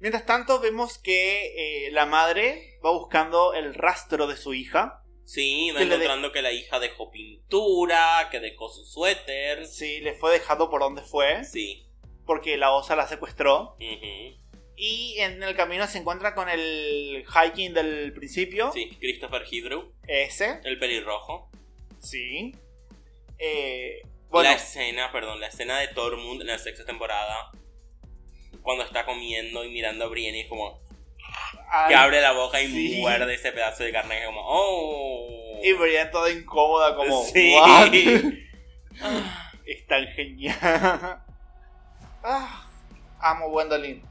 Mientras tanto, vemos que eh, la madre va buscando el rastro de su hija. Sí, va Que le de- encontrando que la hija dejó pintura, que dejó su suéter. Sí, le fue dejado por donde fue, Sí. porque la osa la secuestró. ujú. Y en el camino se encuentra con el hiking del principio. Sí, Christopher Hebrew, Ese. el pelirrojo. Sí. Eh, bueno, La escena, perdón, la escena de Tormund en la sexta temporada. Cuando está comiendo y mirando a Brienne y es como al- que abre la boca y sí. muerde ese pedazo de carne que es como oh y veía toda incómoda, como. Sí. "What?". Es tan genial. Ah, amo Gwendolyn.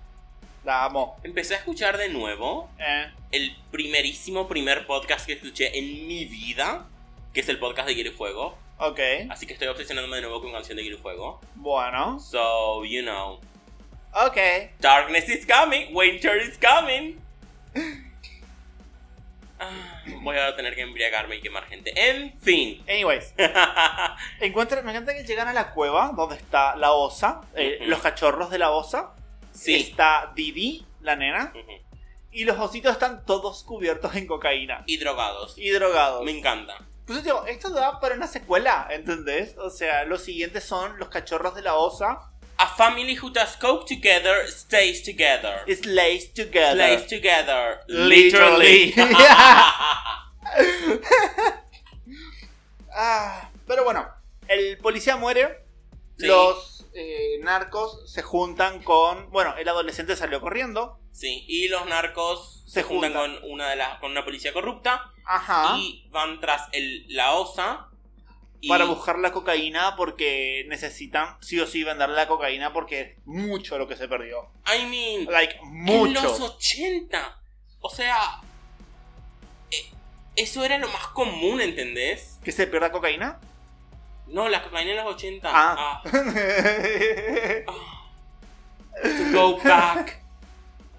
La amo. Empecé a escuchar de nuevo Eh, el primerísimo primer podcast que escuché en mi vida, que es el podcast de Quiero Fuego. ok, Así que estoy obsesionándome de nuevo con canción de Quiero Fuego. bueno. So, you know. Ok. Darkness is coming, winter is coming. Ah, Voy a tener que embriagarme y quemar gente. En fin. Anyways, encuentran, me encanta que llegan a la cueva donde está la osa, eh, Ujú. los cachorros de la osa. sí. Está Didi, la nena, Ujú. y los ositos están todos cubiertos en cocaína Y drogados. y drogados. Me encanta. Pues digo, esto da para una secuela, ¿entendés? O sea, los siguientes son los cachorros de la osa, A family who does coke together stays together. Slays Together. Plays together. Literally. Literally. Ah, pero bueno, el policía muere. Sí. Los eh, narcos se juntan con. Bueno, el adolescente salió corriendo. Sí, y los narcos Se se juntan, juntan. Ah. con una de las con una policía corrupta Ajá. y van tras el la osa y- Para buscar la cocaína porque necesitan sí o sí vender la cocaína porque es mucho lo que se perdió. I mean, Like, en los mucho. 80. O sea, eh, eso era lo más común, ¿entendés? ¿Que se pierda cocaína? No, la cocaína en los 80. Ah. Ah, to go back.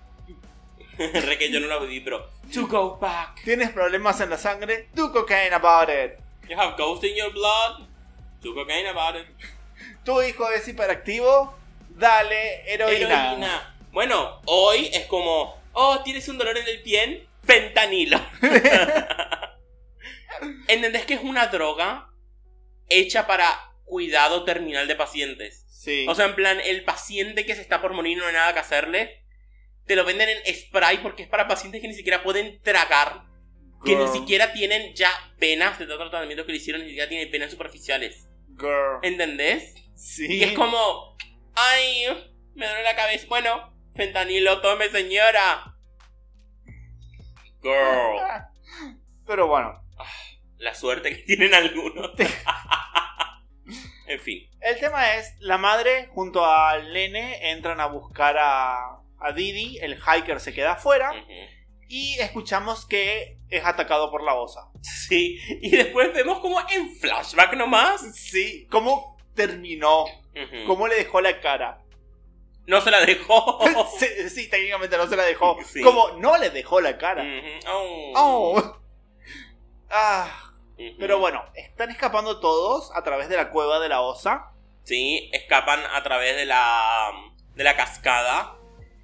Re que yo no la viví, pero to go back. ¿Tienes problemas en la sangre? Do cocaine about it. You have ghosts in your blood. To cocaine about it. ¿Tu hijo es hiperactivo? Dale heroína. Heroína. Bueno, hoy es como, oh, tienes un dolor en el pie, fentanilo. ¿Entendés que es una droga hecha para cuidado terminal de pacientes? Sí. O sea, en plan, el paciente que se está por morir no hay nada que hacerle. Te lo venden en spray porque es para pacientes que ni siquiera pueden tragar. Que ni Girl. siquiera tienen ya venas de todo tratamiento que le hicieron, ni siquiera tienen venas superficiales. Girl. ¿Entendés? Sí. Y es como, ay, me duele la cabeza. Bueno, fentanilo, tome señora. Girl. Pero bueno. La suerte que tienen algunos. en fin. El tema es, la madre junto al nene entran a buscar a, a Didi, el hiker se queda afuera Ujú. y escuchamos que es atacado por la osa. Sí. Y después vemos como en flashback nomás. Sí, ¿cómo terminó? Ujú. ¿Cómo le dejó la cara? No se la dejó. sí, sí, técnicamente no se la dejó. Oh. Sí. Como no le dejó la cara. Ujú. Oh. Oh. Ah, Ujú. pero bueno, están escapando todos a través de la cueva de la osa. Sí, escapan a través de la, de la cascada.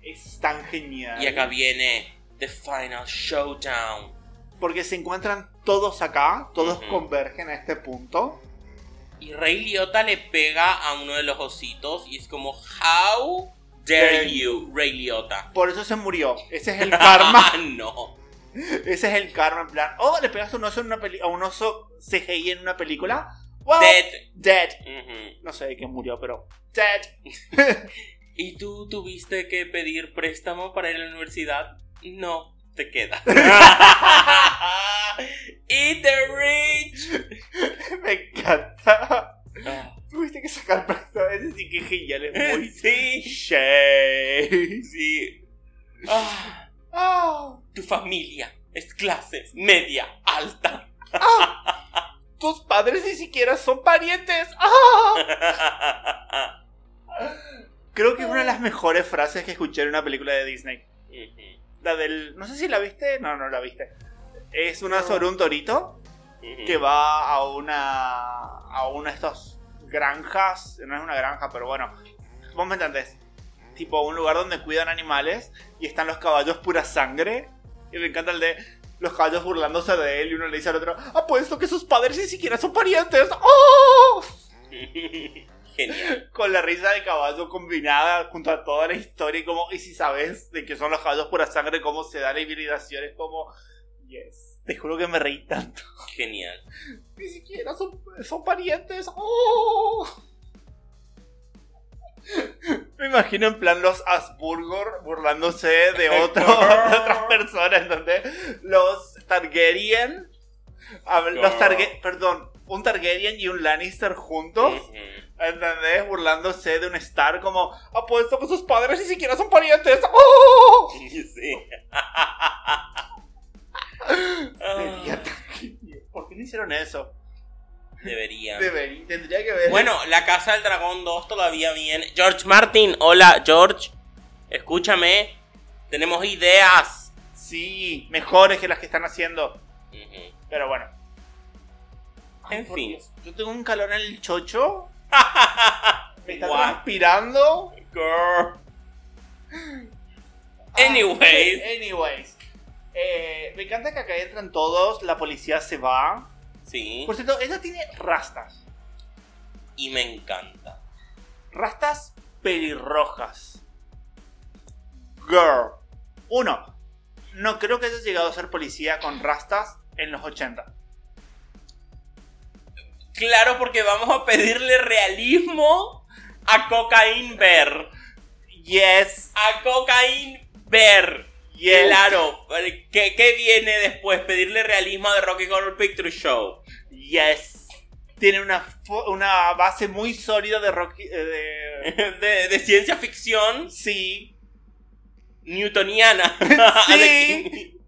Es tan genial. Y acá viene The Final Showdown. Porque se encuentran todos acá, todos Ujú. convergen a este punto. Y Rey Liotta le pega a uno de los ositos y es como, How dare Dare you, Rey Liotta. Por eso se murió. Ese es el karma. Ah, no. Ese es el karma en plan. Oh, le pegaste un oso en una peli- a un oso CGI en una película. Wow. Dead. Dead. Ujú. No sé de quién murió, pero. Dead. ¿Y tú tuviste que pedir préstamo para ir a la universidad? No, te queda. Eat the rich. Me encanta. Ah, Tuviste que sacar prestado. Ese sí que es genial, es muy. sí, Shade. sí. Ah. Ah, Tu familia es clases media alta. tus padres ni siquiera son parientes. Ah. Creo que es una de las mejores frases que escuché en una película de Disney. Ujú, La del. No sé si la viste. No, no la viste. Es una No. sobre un torito ujú. que va a una. a una de estas granjas. No es una granja, pero bueno. Vos me entendés. Tipo un lugar donde cuidan animales y están los caballos pura sangre. Y me encanta el de los caballos burlándose de él y uno le dice al otro: Apuesto que sus padres ni siquiera son parientes. ¡Oh! Genial. Con la risa de caballo combinada junto a toda la historia y como, y si sabes de que son los caballos pura sangre, cómo se da la hibridación, es como, yes, te juro que me reí tanto. Genial. Ni siquiera son, son parientes. ¡Oh! Me imagino en plan los Asburgor burlándose de, otro, de otras personas, donde los Targaryen, a ver, los Targe- perdón, un Targaryen y un Lannister juntos. Ujú. ¿Entendés? Burlándose de un Star como apuesto que sus padres ni siquiera son parientes. ¡Oh! Sí. Sería Ah, tan genial. ¿Por qué no hicieron eso? Debería. Debería, tendría que ver. Bueno, la Casa del Dragón 2 todavía viene. George Martin, hola George. Escúchame. Tenemos ideas. Sí, mejores que las que están haciendo. Ujú. Pero bueno. En por fin. Dios. Yo tengo un calor en el chocho. Me está Guau. transpirando. Girl. Ah, Anyways. anyways. Eh, me encanta que acá entran todos. La policía se va. Sí. Por cierto, ella tiene rastas. Y me encanta. Rastas pelirrojas. Girl. Uno, no creo que haya llegado a ser policía con rastas en los 80. Claro, porque vamos a pedirle realismo a Cocaine Bear. Yes, A Cocaine Bear. yes. Claro. ¿Qué, qué viene después? Pedirle realismo de Rocky Horror Picture Show. Yes. Tiene una, fo- una base muy sólida de rock. eh, de- De, de ciencia ficción Sí. newtoniana. Sí.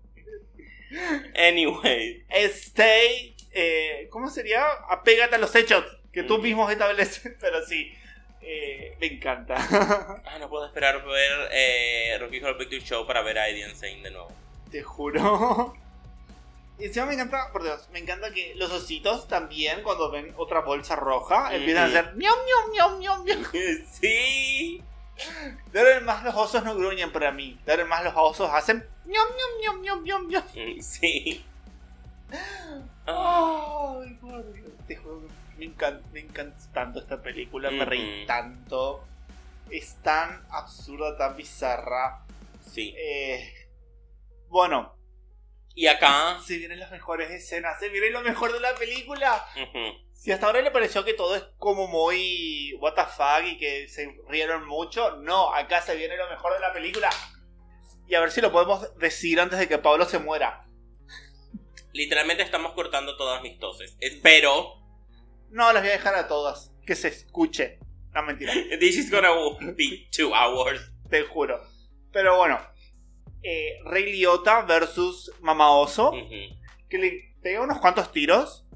anyway. Stay. eh, ¿Cómo sería? Apégate a los hechos que tú Mm. mismo estableces. Pero sí. eh, me encanta. Ah, no puedo esperar ver eh, Rocky Horror Picture Show para ver a Eddie Insane de nuevo. Te juro. Y encima me encanta, por Dios, me encanta que los ositos también, cuando ven otra bolsa roja, empiezan a Ujú. hacer miau, miau, miau, miau, miau. sí. Darren más los osos no gruñen para mí. Darren más los osos hacen miau, miau, miau, miau, miau, miau. Mm, Sí. Ah. Ay, por Dios, te juro que me encanta, me encanta tanto esta película, me reí Ujú. tanto. Es tan absurda, tan bizarra. Sí. Eh, bueno, Y acá. se vienen las mejores escenas, se viene lo mejor de la película. ujú, Si hasta ahora le pareció que todo es como muy what the fuck y que se rieron mucho, no, acá se viene lo mejor de la película. Y a ver si lo podemos decir antes de que Pablo se muera. Literalmente estamos cortando todas mis toses. Espero. No, las voy a dejar a todas. Que se escuche. No, mentira, This is gonna be two hours. te juro. Pero bueno. eh, Rey Liotta versus Mamá Oso. Ujú. Que le pega unos cuantos tiros.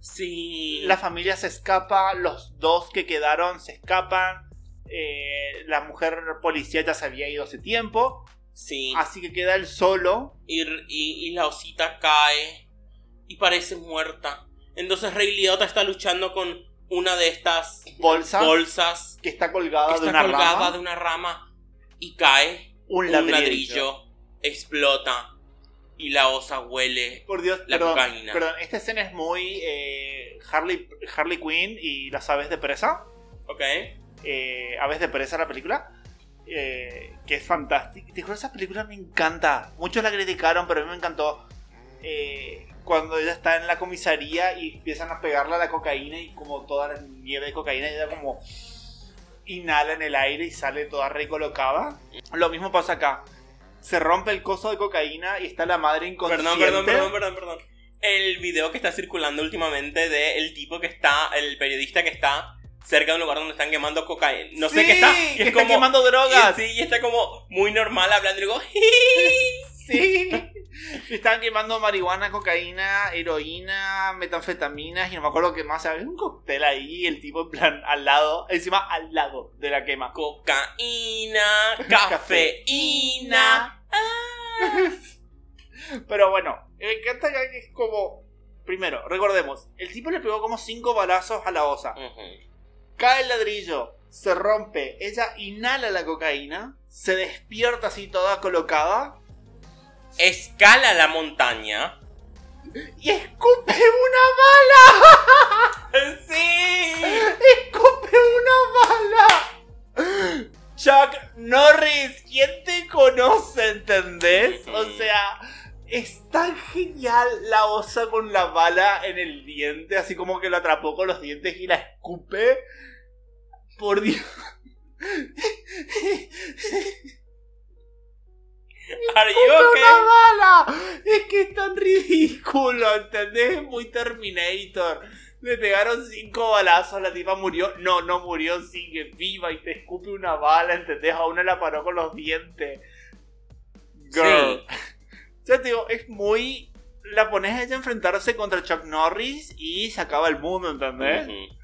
Sí. La familia se escapa. Los dos que quedaron se escapan. eh, la mujer policía ya se había ido hace tiempo. Sí. Así que queda él solo. Y, y- y la osita cae y parece muerta. Entonces Rey Liotta está luchando con una de estas Bolsa. bolsas que está que colgada de está una colgada rama. de una rama y cae. Un Un ladrillo. ladrillo, explota y la osa huele. Por Dios, La perdón, cocaína. perdón, esta escena es muy eh, Harley, Harley Quinn y las aves de presa. ¿Ok? eh, Aves de Pereza, la película, eh, que es fantástica. Te juro, esa película me encanta. Muchos la criticaron, pero a mí me encantó. Eh, cuando ella está en la comisaría y empiezan a pegarle a la cocaína y como toda la nieve de cocaína, ella como inhala en el aire y sale toda recolocada. Lo mismo pasa acá. Se rompe el coso de cocaína y está la madre inconsciente. Perdón, perdón, perdón, perdón, perdón. El video que está circulando últimamente de el tipo que está, el periodista que está cerca de un lugar donde están quemando cocaína. No sé Sí, qué está. Y que es está como- quemando drogas. Y, sí, y está como muy normal hablando. Y digo, Sí. Estaban quemando marihuana, cocaína, heroína, metanfetaminas y no me acuerdo qué más. Había un cóctel ahí, el tipo en plan al lado, encima al lado de la quema. cocaína, cafeína. Pero bueno, me encanta que es como... Primero, recordemos, el tipo le pegó como cinco balazos a la osa. Ujú. Cae el ladrillo, se rompe, ella inhala la cocaína, se despierta así toda colocada Escala la montaña. y escupe una bala. Sí. ¡Escupe una bala! Chuck Norris, ¿quién te conoce, entendés? O Ujú. sea, es tan genial la osa con la bala en el diente, así como que la atrapó con los dientes y la escupe. Por Dios. Are you ¡Escupe una okay? bala! Es que es tan ridículo, ¿entendés? Es muy Terminator. Le pegaron cinco balazos, la tipa murió. No, no murió, sigue viva y te escupe una bala, ¿entendés? A una la paró con los dientes. Girl. Sí. Ya te digo, es muy. La pones a ella a enfrentarse contra Chuck Norris y se acaba el mundo, ¿entendés? Ujú.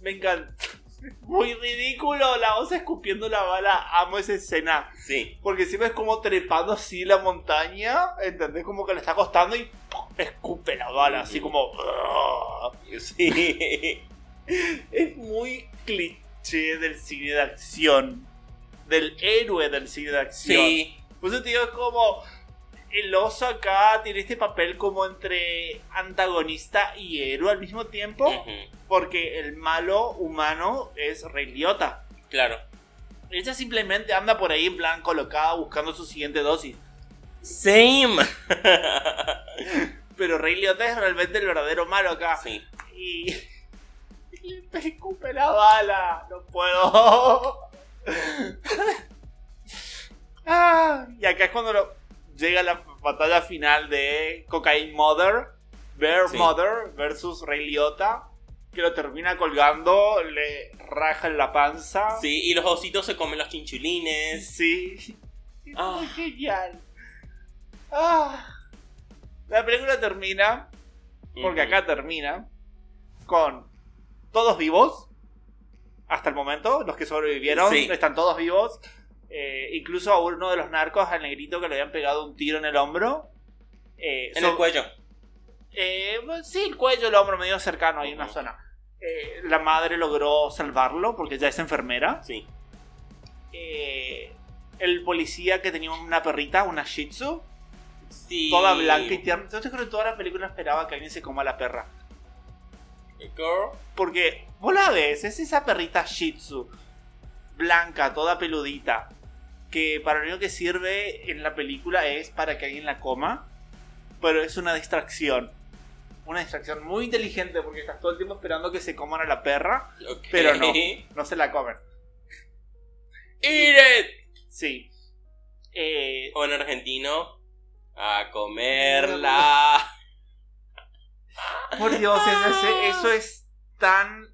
Me encanta. Muy ridículo, la osa escupiendo la bala. Amo esa escena. Sí. Porque siempre es como trepando así la montaña, ¿entendés? Como que le está costando y ¡pum! escupe la bala, así como... ¡ah! Sí. Es muy cliché del cine de acción. Del héroe del cine de acción. Sí. Por eso te digo, es como... El oso acá tiene este papel como entre antagonista y héroe al mismo tiempo. Ujú. Porque el malo humano es Rey Liotta. Claro. Ella simplemente anda por ahí en plan colocada buscando su siguiente dosis. Same. Pero Rey Liotta es realmente el verdadero malo acá. Sí. Y. y Le escupe la bala. No puedo. Ah, y acá es cuando lo- llega la batalla final de Cocaine Mother. Bear Sí. Mother versus Rey Liotta. Que lo termina colgando, le raja en la panza. Sí, y los ositos se comen los chinchulines. Sí. Es Ah. muy genial. Ah. La película termina porque Ujú. acá termina con todos vivos. Hasta el momento, los que sobrevivieron Sí. están todos vivos. Eh, incluso a uno de los narcos, al negrito que le habían pegado un tiro en el hombro. Eh, En so- el cuello. eh, bueno, sí, el cuello, el hombro medio cercano, hay una Ujú. zona. Eh, la madre logró salvarlo porque ya es enfermera. Sí. Eh, el policía que tenía una perrita, una Shih Tzu, Sí. toda blanca y tierna. Yo te juro que toda la película esperaba que alguien se coma a la perra. Girl. Porque vos la ves, es esa perrita Shih Tzu, blanca, toda peludita, que para lo único que sirve en la película es para que alguien la coma, pero es una distracción. Una distracción muy inteligente porque estás todo el tiempo esperando que se coman a la perra, Ok. Pero no. Eat no se la comen. it. Sí. Eh, O en argentino. A comerla. por Dios, eso es, eso es tan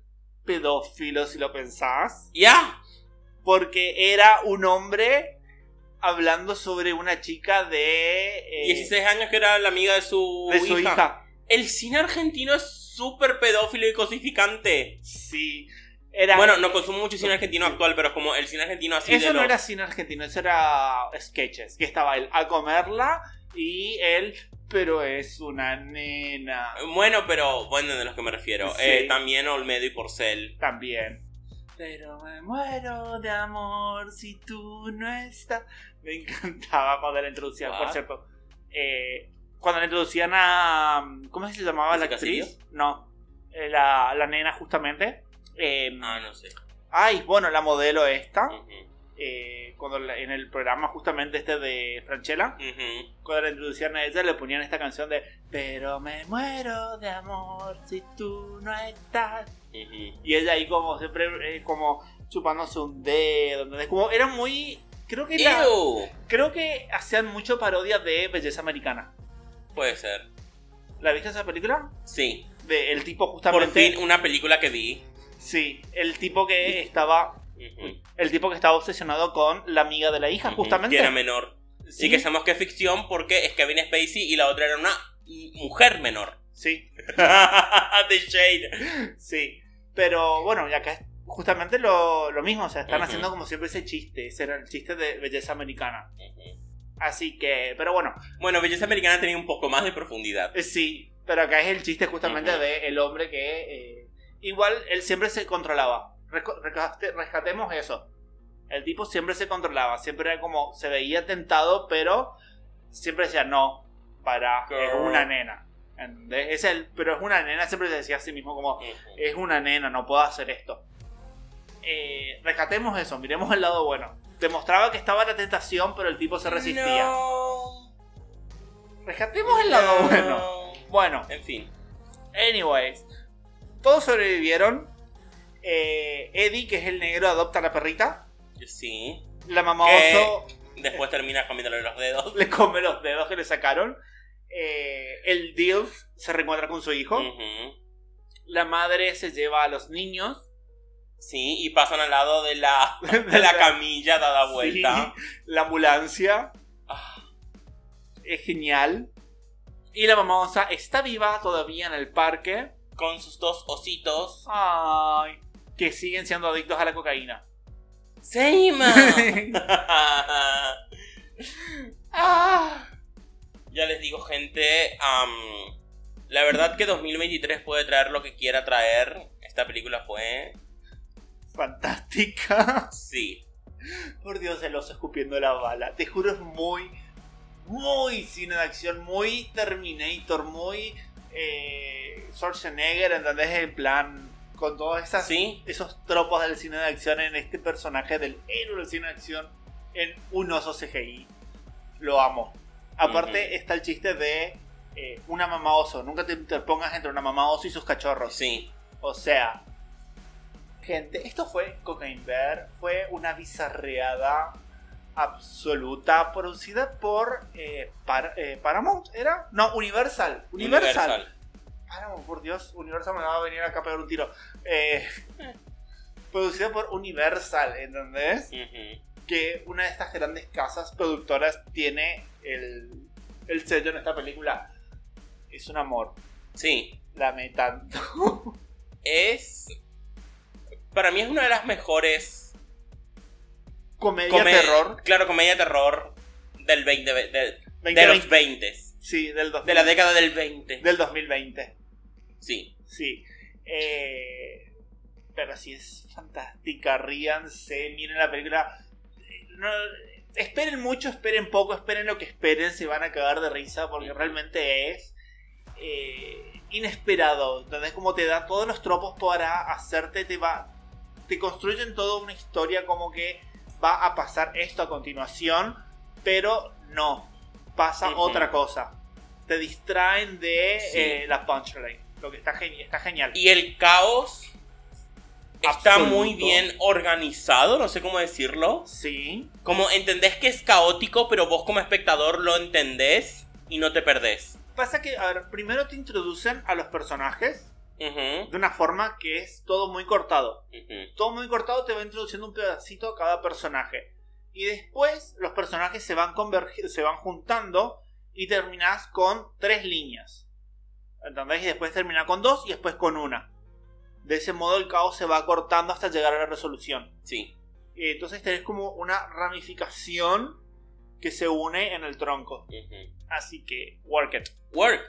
pedófilo si lo pensás. Ya. porque era un hombre hablando sobre una chica de eh, 16 años que era la amiga de su, de su hija. El cine argentino es súper pedófilo y cosificante. Sí. Era, Bueno, no consumo mucho cine argentino actual, pero es como el cine argentino así eso de no los- era cine argentino, eso era sketches. Que estaba él a comerla y él, pero es una nena. Bueno, pero bueno, de los que me refiero. Sí. Eh, también Olmedo y Porcel. También. Pero me muero de amor si tú no estás. Me encantaba cuando la introducían, por What? cierto. Eh, cuando la introducían a. ¿Cómo se llamaba la ¿Jessica actriz? Silvio? No. eh, La, la nena, justamente. Eh, Ah, no sé. Ay, bueno, la modelo esta. Ujú, eh, cuando la- en el programa justamente este de Franchella, ujú. cuando la introducían a ella, le ponían esta canción de Pero me muero de amor si tú no estás. Ujú. Y ella ahí como siempre eh, como chupándose un dedo, ¿entendés? Como era muy... Creo que era- Ew. creo que hacían mucho parodia de belleza americana. Puede ser. ¿La viste esa película? Sí. De el tipo justamente... Por fin una película que vi. Sí, el tipo que estaba... Ujú. El tipo que estaba obsesionado con la amiga de la hija, Ujú. justamente. Que era menor. Sí ¿Y? que sabemos que es ficción porque es Kevin Spacey y la otra era una mujer menor. Sí, The Shade. sí. Pero bueno, y acá es justamente lo, lo mismo. O sea, están Ujú. haciendo como siempre ese chiste. Ese era el chiste de belleza americana. Así que... Pero bueno, Bueno, Belleza Americana tenía un poco más de profundidad. Eh, Sí, pero acá es el chiste justamente Ujú. de el hombre que... eh, igual él siempre se controlaba. Reco- rescate- rescatemos eso. El tipo siempre se controlaba, siempre era como se veía tentado, pero siempre decía no, para, es Girl. una nena. ¿Entendés? Es el, pero es una nena, siempre se decía a sí mismo como, Ujú. es una nena, no puedo hacer esto. Eh, rescatemos eso, miremos el lado bueno. Te mostraba que estaba la tentación, pero el tipo se resistía. No. Rescatemos el lado No. bueno. Bueno, En fin. Anyways, todos sobrevivieron. Eh, Eddie, que es el negro, adopta a la perrita. Sí. La mamá ¿Qué? oso Después termina comiéndole los dedos. le come los dedos que le sacaron. Eh, el Dilf se reencuentra con su hijo. Ujú. La madre se lleva a los niños. Sí, y pasan al lado de la, de la camilla dada vuelta. Sí, la ambulancia. Ah, Es genial. Y la mamá osa está viva todavía en el parque. Con sus dos ositos. Ay, que siguen siendo adictos a la cocaína. ¡Seima! Ah. ya les digo, gente. am, la verdad que 2023 puede traer lo que quiera traer. Esta película fue. fantástica. Sí. Por Dios, el oso escupiendo la bala. Te juro, es muy, muy cine de acción, muy Terminator, muy eh, Schwarzenegger, ¿entendés? El plan con todas esas Sí. esos tropos del cine de acción en este personaje del héroe del cine de acción en un oso CGI. Lo amo. Aparte Ujú. está el chiste de eh, una mamá oso. Nunca te interpongas entre una mamá oso y sus cachorros. Sí. O sea, gente, esto fue Cocaine Bear, fue una bizarreada absoluta producida por eh, Par- eh, Paramount, ¿era? No, Universal. Universal. Paramount, por Dios, Universal me va a venir acá a pegar un tiro. Eh, producida por Universal, ¿entendés? Ujú. Que una de estas grandes casas productoras tiene el, el sello en esta película. Es un amor, Sí. la amé tanto. Es. Para mí es una de las mejores. Comedia, come- terror. Claro, comedia terror del 20. ve- del- De, 2020. los 20. Sí, del, 2000, De la década del 20. del 2020. Sí. Sí. Eh, pero sí es fantástica. Ríanse, miren la película. No- esperen mucho, esperen poco, esperen lo que esperen. Se van a cagar de risa porque realmente es eh, inesperado. ¿Entendés? Como te da todos los tropos para hacerte, te va. Te construyen toda una historia como que va a pasar esto a continuación, pero no. Pasa Ujú. otra cosa te distraen de Sí. eh, la punchline. Lo que está, geni- está genial. Y el caos. Está Absoluto. muy bien organizado, no sé cómo decirlo. Sí, Como entendés que es caótico, pero vos como espectador lo entendés y no te perdés. pasa que, a ver, primero te introducen a los personajes Ujú, de una forma que es todo muy cortado. ujú. Todo muy cortado te va introduciendo un pedacito a cada personaje. Y después los personajes se van, convergi- se van juntando y terminás con tres líneas. ¿Entendés? Y después termina con dos y después con una. De ese modo el caos se va acortando hasta llegar a la resolución. Sí. Eh, Entonces tenés como una ramificación que se une en el tronco. Ujú. Así que, work it. Work.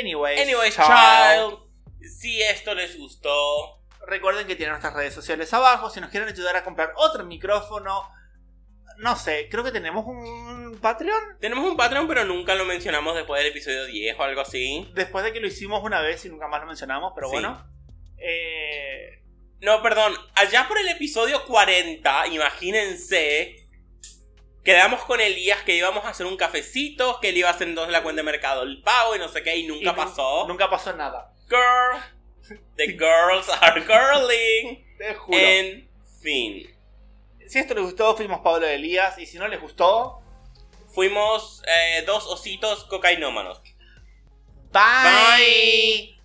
Anyways, Anyways, chao. child. Si esto les gustó, Recuerden que tienen nuestras redes sociales abajo. Si nos quieren ayudar a comprar otro micrófono, no sé, creo que tenemos un Patreon. tenemos un Patreon, pero nunca lo mencionamos después del episodio 10 o algo así. Después de que lo hicimos una vez y nunca más lo mencionamos, pero Sí. bueno. Eh, No, perdón, allá por el episodio 40, imagínense, quedamos con Elías que íbamos a hacer un cafecito, que él iba a hacer entonces la cuenta de mercado el pago y no sé qué, y y nunca nu- pasó. Nunca pasó nada. Girl, the girls are girling. Te juro. En fin, Si esto les gustó, fuimos Pablo y Elías. Y si no les gustó, fuimos eh, dos ositos cocainómanos. bye.